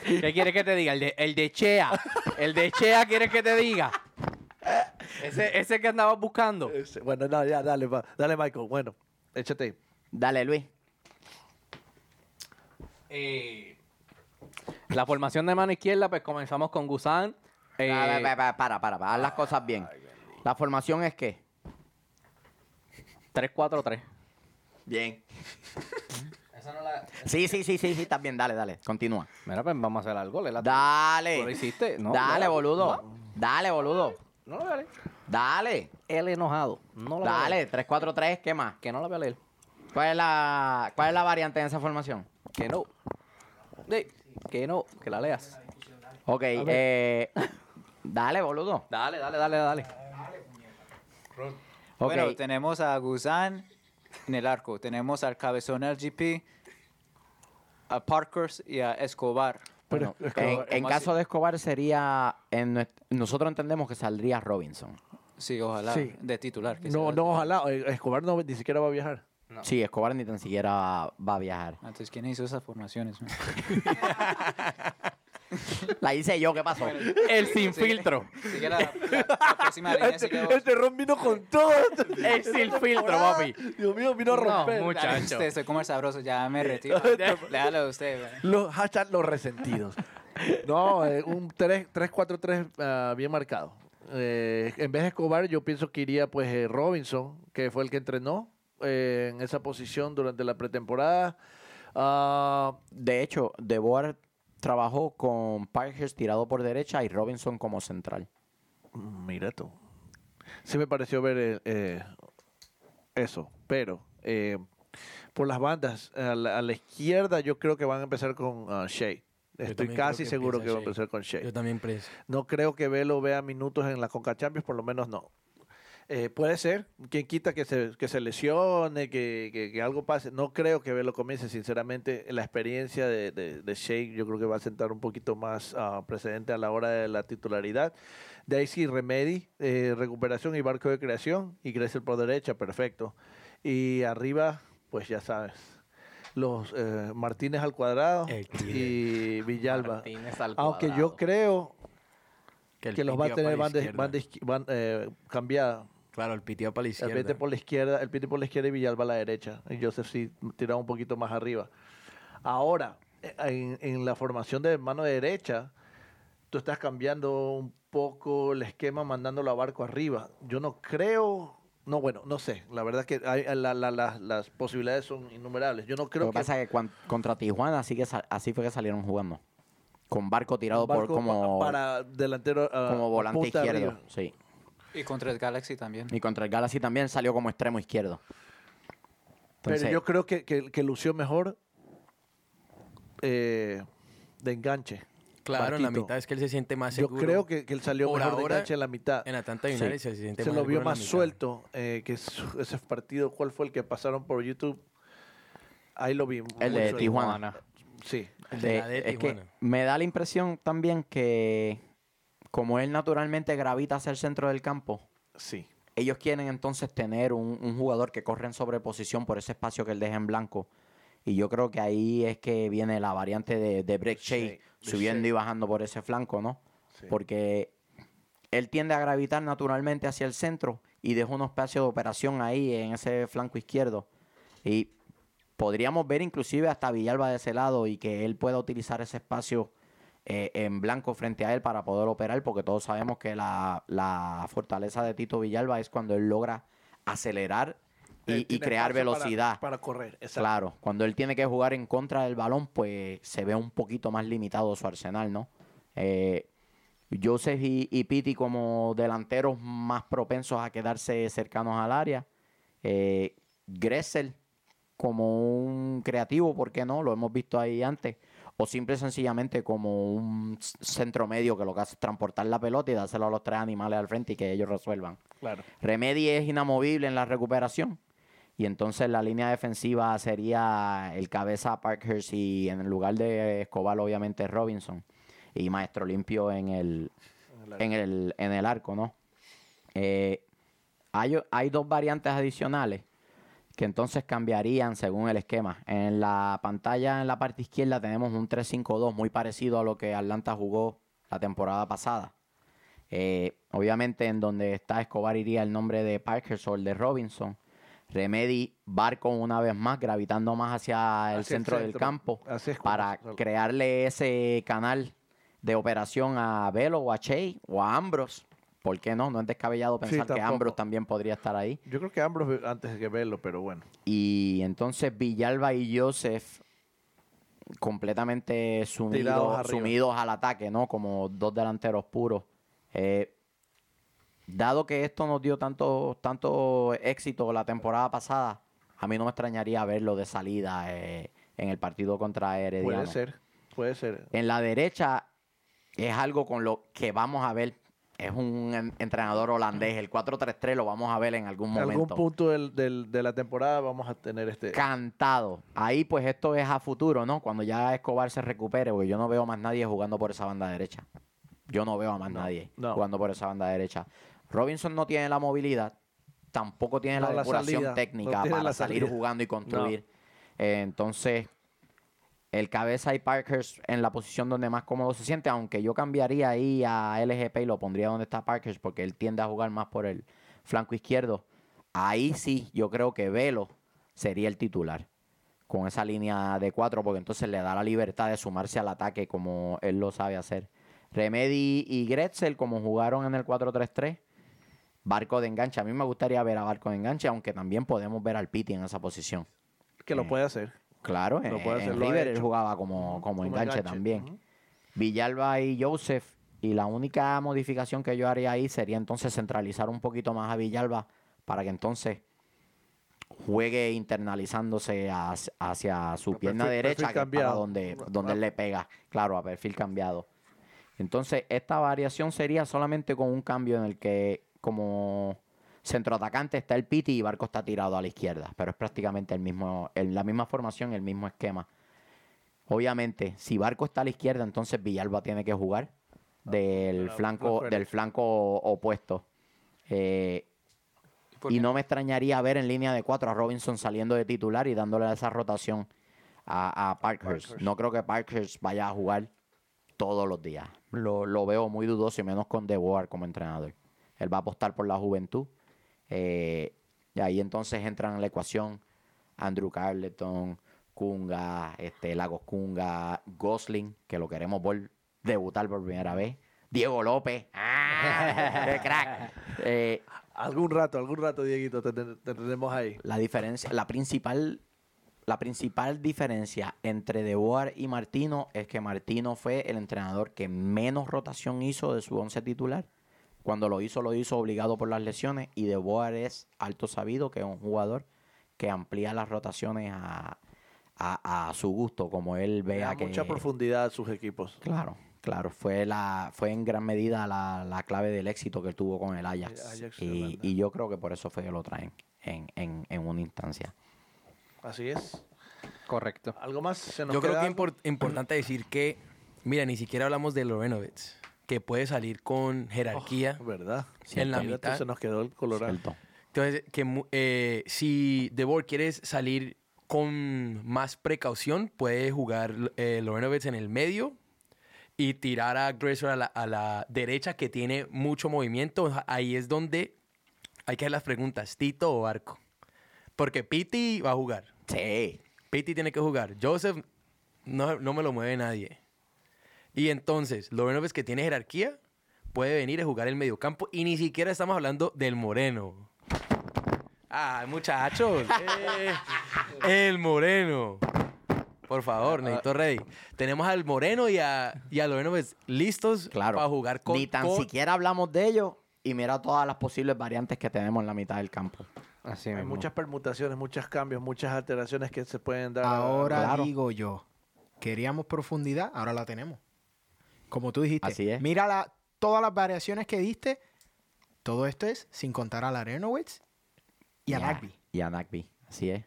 ¿Qué quieres que te diga? El de, el de Chea. El de Chea quieres que te diga. Ese, ese que andabas buscando.
Ese- Bueno, *laughs* no, ya, dale, va, dale, Michael. Bueno, échate.
dale, Luis.
Eh, la formación de mano izquierda, pues comenzamos con Gusán. Eh,
Ah, pa- pa- pa- para, para, para, haz las cosas bien. La formación es que.
3-4-3.
Bien. Sí, sí, sí, sí, sí, estás bien, dale, dale, continúa.
Mira, pues vamos a hacer algo. le la-
Dale.
¿Tú lo hiciste? No,
dale,
no,
boludo. Dale, boludo.
No lo voy a leer.
Dale.
Él enojado. No lo voy a
Dale,
leer.
3-4-3, ¿qué más?
Que no lo voy a leer.
¿Cuál es la, cuál es la variante en esa formación?
Que no. Ey, que no. Que la leas.
Ok, eh, dale,
*laughs*
boludo.
Dale, dale, dale, dale.
Ok,
Bueno, tenemos a Guzán en el arco. Tenemos al Cabezón LGP, a Parkers y a Escobar.
bueno, en, en caso de Escobar sería, en nues- nosotros entendemos que saldría Robinson.
Sí, ojalá.
Sí.
De titular. que
No,
sea.
no, ojalá. eh, Escobar no, ni siquiera va a viajar.
Sí, Escobar ni tan siquiera va a viajar.
Antes, ¿quién hizo esas formaciones? man?
La hice yo, ¿qué pasó?
El sin filtro.
Así que la, la- la próxima línea sigue vos.
*laughs* Este ron vino con
*laughs*
todo.
El sin filtro, papi.
Dios mío, vino a romper.
No,
Dale,
Este
muchacho.
usted, soy como el sabroso, ya me retiro.
*laughs*
Léalo a usted. man.
Los hashtag los resentidos. No, eh, un 3-4-3 ah, bien marcado. Eh, en vez de Escobar, yo pienso que iría pues eh, Robinson, que fue el que entrenó eh, en esa posición durante la pretemporada. Ah,
De hecho, De Boer trabajó con Parkhurst tirado por derecha y Robinson como central.
mira tú. Sí me pareció ver eh, eh, eso, pero eh, por las bandas, a la, a la izquierda yo creo que van a empezar con ah, Shea. Estoy
también creo
casi
que
seguro que va
empieza
a
Shea.
empezar con Shea.
Yo también preso.
No creo que Velo vea minutos en la Conca Champions, por lo menos no. Eh, puede ser, quien quita que se, que se lesione, que, que- que algo pase. No creo que Velo comience, sinceramente. La experiencia de, de, de Sheik yo creo que va a sentar un poquito más ah, precedente a la hora de la titularidad. De ahí sí, Remedy, eh, recuperación y barco de creación. Y Gressel por derecha, perfecto. Y arriba, pues ya sabes, los eh, Martínez al cuadrado
El tigre.
y Villalba.
Martínez al
Aunque
cuadrado.
yo creo
el
que los va a
Piti
tener
para
banda,
izquierda.
banda izqui- ban- eh, cambiada
Claro, el piteo para la
El
izquierda.
Pite por la izquierda, el Pite por la izquierda y Villalba a la derecha. Y Joseph sí tiraba un poquito más arriba. Ahora, eh, en, en la formación de mano derecha, tú estás cambiando un poco el esquema mandándolo a barco arriba. Yo no creo. No, bueno, no sé. La verdad que hay- eh, la- la- la- las posibilidades son innumerables. Yo no creo
Lo que
que.
pasa es que cuan- contra Tijuana así, que sal- así fue que salieron jugando. Con barco tirado por
Barco
como,
pa- para delantero ah,
como volante
punta
izquierdo.
arriba.
Sí.
Y contra el Galaxy también.
Y contra el Galaxy también salió como extremo izquierdo. Entonces,
Pero yo creo que, que, que lució mejor eh, de enganche.
Claro, en la
Partito.
mitad es que él se siente más
Yo
seguro.
creo que, que él salió
Por
mejor de
ahora,
enganche en la mitad.
En Atlanta
Sí.
United se siente
Se
más
lo
seguro
vio
en la
más
mitad.
suelto eh, que su- ese partido. ¿Cuál fue el que pasaron por YouTube? Ahí lo vi. muy
el de
suelto.
Tijuana.
Sí.
El de la
Eh,
de
es que
Tijuana.
me da la impresión también que como él naturalmente gravita hacia el centro del campo,
Sí.
ellos quieren entonces tener un, un jugador que corre en sobreposición por ese espacio que él deja en blanco. Y yo creo que ahí es que viene la variante de, de Break
Shea, de
subiendo
Shea.
y bajando por ese flanco, ¿no?
Sí.
Porque él tiende a gravitar naturalmente hacia el centro y deja un espacio de operación ahí en ese flanco izquierdo. Y podríamos ver inclusive hasta Villalba de ese lado y que él pueda utilizar ese espacio eh, en blanco frente a él para poder operar, porque todos sabemos que la, la fortaleza de Tito Villalba es cuando él logra acelerar y-
Él
y,
Eh, tiene
crear
espacio para-
velocidad.
Para, correr. Exacto.
Claro, cuando él tiene que jugar en contra del balón, pues se ve un poquito más limitado su arsenal, ¿no? Eh, Joseph y, y Pitti como delanteros más propensos a quedarse cercanos al área. Eh, Gressel como un creativo, ¿por qué no? Lo hemos visto ahí antes. O simple y sencillamente como un c- centro medio que lo que hace es transportar la pelota y dárselo a los tres animales al frente y que ellos resuelvan.
claro.
Remedy es inamovible en la recuperación. Y entonces la línea defensiva sería el cabeza Parkhurst y en el lugar de Escobar, obviamente, Robinson. Y Maestro Limpio en el, en el, en el arco, ¿no? Eh, hay, o- hay dos variantes adicionales que entonces cambiarían según el esquema. En la pantalla, en la parte izquierda, tenemos un 3-5-2 muy parecido a lo que Atlanta jugó la temporada pasada. Eh, obviamente, en donde está Escobar iría el nombre de Parker o el de Robinson. Remedy, Barco una vez más, gravitando más hacia el,
Hacia el
centro, del
centro.
campo
Así es como
para
se-
crearle ese canal de operación a Velo o a Che o a Ambros. ¿Por qué no? No es descabellado pensar que
tampoco.
Ambros también podría estar ahí.
Yo creo que Ambros antes que verlo, pero bueno.
Y entonces Villalba y Joseph completamente
Tirados
sumidos,
arriba.
sumidos al ataque, ¿no? Como dos delanteros puros. Eh, dado que esto nos dio tanto, tanto éxito la temporada pasada, a mí no me extrañaría verlo de salida eh, en el partido contra Herediano.
Puede ser. Puede ser.
En la derecha es algo con lo que vamos a ver. Es un en- entrenador holandés. El 4-3-3 lo vamos a ver en algún
En
momento
algún punto del- del- de la temporada vamos a tener este.
cantado. Ahí pues esto es a futuro, ¿no? Cuando ya Escobar se recupere, porque yo no veo más nadie jugando por esa banda derecha. Yo no veo a más nadie
no.
jugando por esa banda derecha. Robinson no tiene la movilidad, tampoco tiene
No,
la
la
depuración
salida, no
técnica
tiene
para
la
salir
salida.
jugando y construir. Eh, entonces, el cabeza y Parkers en la posición donde más cómodo se siente, aunque yo cambiaría ahí a LGP y lo pondría donde está Parkers, porque él tiende a jugar más por el flanco izquierdo. Ahí sí, yo creo que Velo sería el titular con esa línea de cuatro, porque entonces le da la libertad de sumarse al ataque como él lo sabe hacer. Remedy y Gretzel, como jugaron en el 4-3-3, Barco de enganche. A mí me gustaría ver a Barco de enganche, aunque también podemos ver al Piti en esa posición.
Que lo puede hacer.
Claro,
Lo
en,
puede
en
hacer, lo ha
River él
hecho.
jugaba como, como
Como
enganche,
enganche,
también.
ujú.
Villalba y Joseph. Y la única modificación que yo haría ahí sería entonces centralizar un poquito más a Villalba para que entonces juegue internalizándose hacia, hacia su
A
pierna
perfil-
derecha, que
perfil
es para
cambiado.
donde,
Ah,
donde
ah.
él le pega, claro, a perfil cambiado. Entonces, esta variación sería solamente con un cambio en el que como centroatacante está el Piti y Barco está tirado a la izquierda, pero es prácticamente el mismo, el- la misma formación, el mismo esquema. Obviamente, si Barco está a la izquierda, entonces Villalba tiene que jugar del
Ah,
flanco,
flanco
del
derecho.
flanco opuesto. Eh, y no me extrañaría ver en línea de cuatro a Robinson saliendo de titular y dándole esa rotación a, a Parkhurst.
Parkhurst.
No creo que Parkhurst vaya a jugar todos los días. Lo, lo veo muy dudoso y menos con De Boer como entrenador. Él va a apostar por la juventud Eh, y ahí entonces entran en la ecuación Andrew Carleton, Kunga, este, Lagos Kunga, Gosling, que lo queremos vol- debutar por primera vez. Diego López, ¡ah! ¡Qué crack! Eh,
Algún rato, algún rato, Dieguito, te, te- te tendremos ahí.
la diferencia, la principal, la principal diferencia entre De Boer y Martino es que Martino fue el entrenador que menos rotación hizo de su once titular. Cuando lo hizo, lo hizo obligado por las lesiones y De Boer es alto sabido que es un jugador que amplía las rotaciones a, a- a su gusto, como él
Le
vea
da
que...
mucha profundidad a sus equipos.
Claro, claro. Fue, la, fue en gran medida la, la clave del éxito que tuvo con el Ajax.
Ajax de
y,
Holanda.
y yo creo que por eso fue que lo traen en, en, en una instancia.
Así es.
Correcto.
¿Algo más? ¿Se nos
Yo creo
queda
que
algo?
impor- importante decir que, mira, ni siquiera hablamos de Lorenovitz, que puede salir con
Oh,
jerarquía
¿Verdad?
en la
Mira tú,
mitad.
Se nos quedó el colorado.
Cierto.
Entonces, que mu- eh, si De Boer quieres salir con más precaución, puede jugar eh, Lorenovitz en el medio y tirar a Gressor a la, a la derecha, que tiene mucho movimiento. Ahí es donde hay que hacer las preguntas, Tito o Arco. Porque Piti va a jugar.
Sí.
Piti tiene que jugar. Joseph no, no me lo mueve nadie. Y entonces, Lorenov es que tiene jerarquía, puede venir a jugar el mediocampo y ni siquiera estamos hablando del Moreno. Ah, muchachos.
*laughs*
eh, el Moreno. Por favor, Neito
Ah.
Rey. Tenemos al Moreno y a, y a Lorenov listos
Claro.
para jugar con...
Ni tan
con-
siquiera hablamos de ellos y mira todas las posibles variantes que tenemos en la mitad del campo.
Así
Hay
mismo.
muchas permutaciones, muchos cambios, muchas alteraciones que se pueden dar. a-
Ahora
Claro.
digo yo, queríamos profundidad, ahora la tenemos. Como tú dijiste,
Así es.
mira la- todas las variaciones que diste. Todo esto es sin contar a Larenowitz y a
Ya,
Nagby.
Y a Nagby. Así es.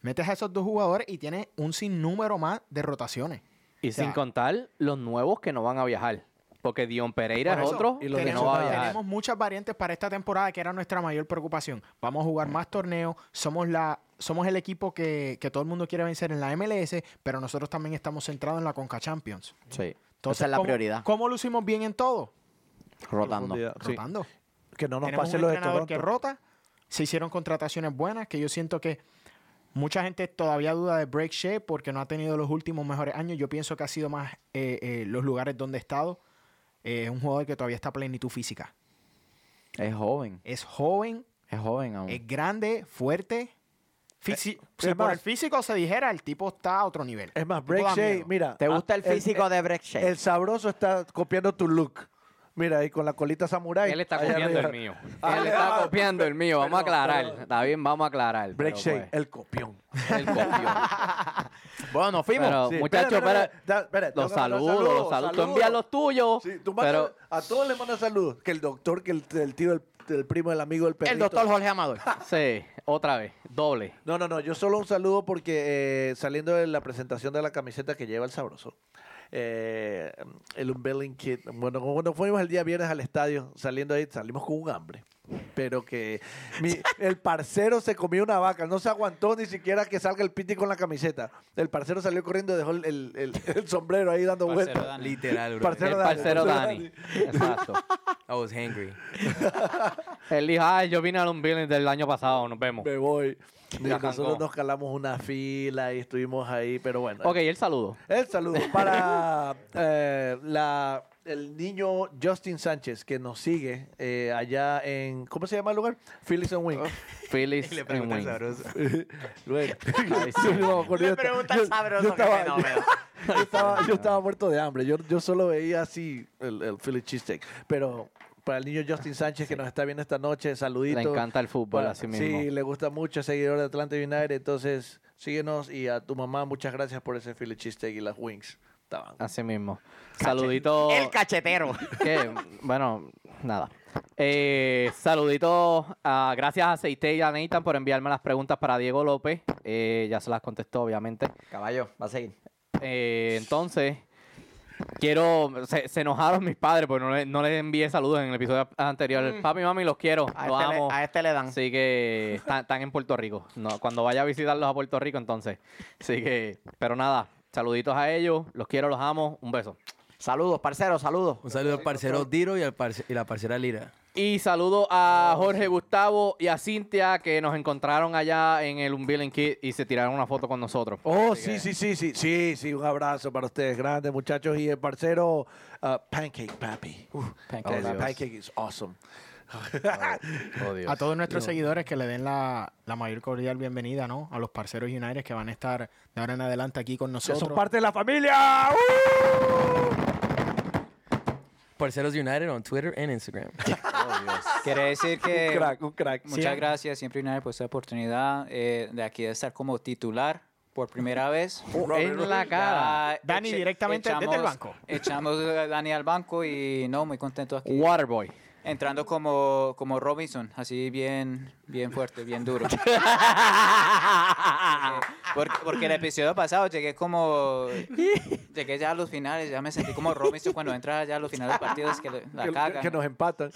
Metes a esos dos jugadores y tienes un sinnúmero más de rotaciones.
Y
O sea-
sin contar los nuevos que no van a viajar. Porque Dion Pereira
Por
es
eso,
otro
y los
que
tenemos,
no va a
lesionados.
viajar.
tenemos muchas variantes para esta temporada que era nuestra mayor preocupación. Vamos a jugar más torneos, somos la somos el equipo que, que todo el mundo quiere vencer en la MLS, pero nosotros también estamos centrados en la Conca Champions.
Sí.
Entonces,
Esa es la
¿cómo-
prioridad.
¿Cómo lucimos bien en todo?
Rotando.
profundidad. Sí.
Rotando.
Que no nos
Tenemos
pase
un
lo de
entrenador que
Toronto.
rota. Se hicieron contrataciones buenas que yo siento que mucha gente todavía duda de Break Shea porque no ha tenido los últimos mejores años. Yo pienso que ha sido más eh, eh, los lugares donde ha estado. Eh, es un jugador que todavía está a plenitud física.
Es joven.
Es joven,
Es joven aún.
es grande,
Eh,
fuerte. Fisi- si
es
por
más-
el físico se dijera, el tipo está a otro nivel.
Es más,
El tipo da
Break Shea,
miedo.
mira.
¿Te
ah,
gusta el físico de Breck
El, el sabroso está copiando tu look. Mira, y con la colita samurai.
Él está
allá
copiando el mío.
arriba. Ah,
Él está
ah,
copiando el mío. Vamos a
perdón,
aclarar.
perdón.
Está bien, vamos a aclarar.
Break
pero,
Shea,
pues,
el copión.
él copió.
Bueno, nos fuimos.
Pero,
Sí,
muchachos,
espera, espera,
espera,
espera, espera, tengo
los
que mandar
saludos, los saludos. Tú envías los tuyos.
Sí, tú mandas-
pero
a todos les mandas saludos. Que el doctor, que el, el tío, el, el primo, el amigo, el perrito.
el doctor Jorge Amador.
sí, otra vez, doble.
No, no, no, yo solo un saludo porque eh, saliendo de la presentación de la camiseta que lleva el sabroso, eh, el Unveiling Kit, bueno, como cuando fuimos el día viernes al estadio, saliendo ahí, salimos con un hambre. Pero que mi- el parcero se comió una vaca, no se aguantó ni siquiera que salga el piti con la camiseta. El parcero salió corriendo y dejó el, el- el- *laughs* el sombrero ahí dando
Parcero
vueltas.
Dani.
Literal, bro.
Parcero
el
Dani,
parcero
parcero
Dani. Exacto.
I was hangry.
Él dijo, ay, yo vine a un billing del año pasado, nos vemos.
Me voy. Y
Ya
nosotros
arrancó.
nos calamos una fila y estuvimos ahí, pero bueno.
Ok, el saludo.
El saludo para *laughs* eh, la, el niño Justin Sánchez que nos sigue eh, allá en. ¿Cómo se llama el lugar? Phillies
*laughs*
and Wing.
Phillies en Wings.
Bueno, yo no me acuerdo, yo esta- yo- yo estaba- Yo estaba, yo estaba muerto de hambre. Yo, yo solo veía así el, el Philly Cheesesteak. Pero para el niño Justin Sánchez que nos está viendo esta noche, saludito.
Le encanta el fútbol,
Para-
así mismo.
Sí, le gusta mucho, es seguidor de Atlanta United. Entonces, síguenos y a tu mamá, muchas gracias por ese Philly Cheesesteak y las Wings. Estaban.
Así mismo. Saludito.
El cachetero.
que, bueno, nada. Eh, saluditos. ah, gracias a Seite y a Nathan por enviarme las preguntas para Diego López. Eh, ya se las contestó, obviamente.
Caballo, va a seguir.
Eh, entonces, quiero. Se, se enojaron mis padres porque no, le- no les envié saludos en el episodio anterior. Papi y mami, los quiero.
Mm. A,
los
este le,
amo.
a este le dan.
Así que están, están en Puerto Rico. No, cuando vaya a visitarlos a Puerto Rico, entonces. Así que, pero nada, saluditos a ellos. Los quiero, los amo. Un beso.
Saludos, parceros, saludos.
Un saludo al parcero Diro y, al parce- y la parcera Lira.
Y saludo a Jorge Gustavo y a Cintia que nos encontraron allá en el Unveiling Kit y se tiraron una foto con nosotros.
Oh, sí, sí, sí, sí, sí, sí, un abrazo para ustedes, grandes muchachos y el parcero ah, Pancake Papi.
Pancake
oh,
Eh,
Papi.
pancake is awesome.
*laughs*
*laughs*
A todos nuestros seguidores que le den la, la mayor cordial bienvenida, ¿no? A los parceros United que van a estar de ahora en adelante aquí con
Que son
nosotros.
parte de la familia. ¡Uh!
Parceros United on Twitter and Instagram.
Quiere decir que...
Un crack, un crack.
Eh, Muchas gracias, siempre United, por esta oportunidad eh, de aquí de estar como titular por primera vez.
en la cara.
Ya
Dani directamente desde el banco.
Echamos a Dani al banco y no, muy contento aquí.
Waterboy.
Entrando como, como Robinson, así bien, bien fuerte, bien duro. Eh, porque, porque el episodio pasado llegué como. Llegué ya a los finales, ya me sentí como Robinson cuando entra ya a los finales de partidos que le- la
Que-
cagan.
que nos empatan.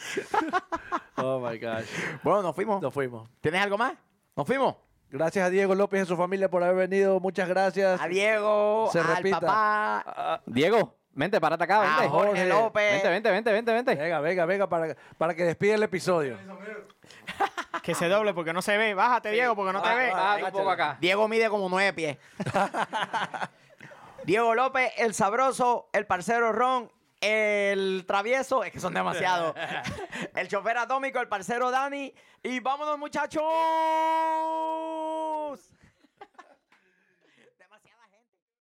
oh my gosh.
Bueno, nos fuimos.
Nos fuimos.
¿Tienes algo más? ¿Nos fuimos?
Gracias a Diego López y a su familia por haber venido. Muchas gracias.
A Diego,
Se
al
repita.
papá,
Ah, Diego, vente, párate acá,
a
vente.
Ah, Jorge López. Eh,
Vente, vente, vente, vente, vente.
Venga, venga, venga, para, para que despida el episodio.
Que se doble porque no se ve. Bájate, Diego, porque no te ve.
Ah, un poco acá.
Diego mide como nueve pies. Diego López, el sabroso, el parcero Ron, el travieso, es que son demasiados. el chofer atómico, el parcero Dani. Y vámonos, muchachos.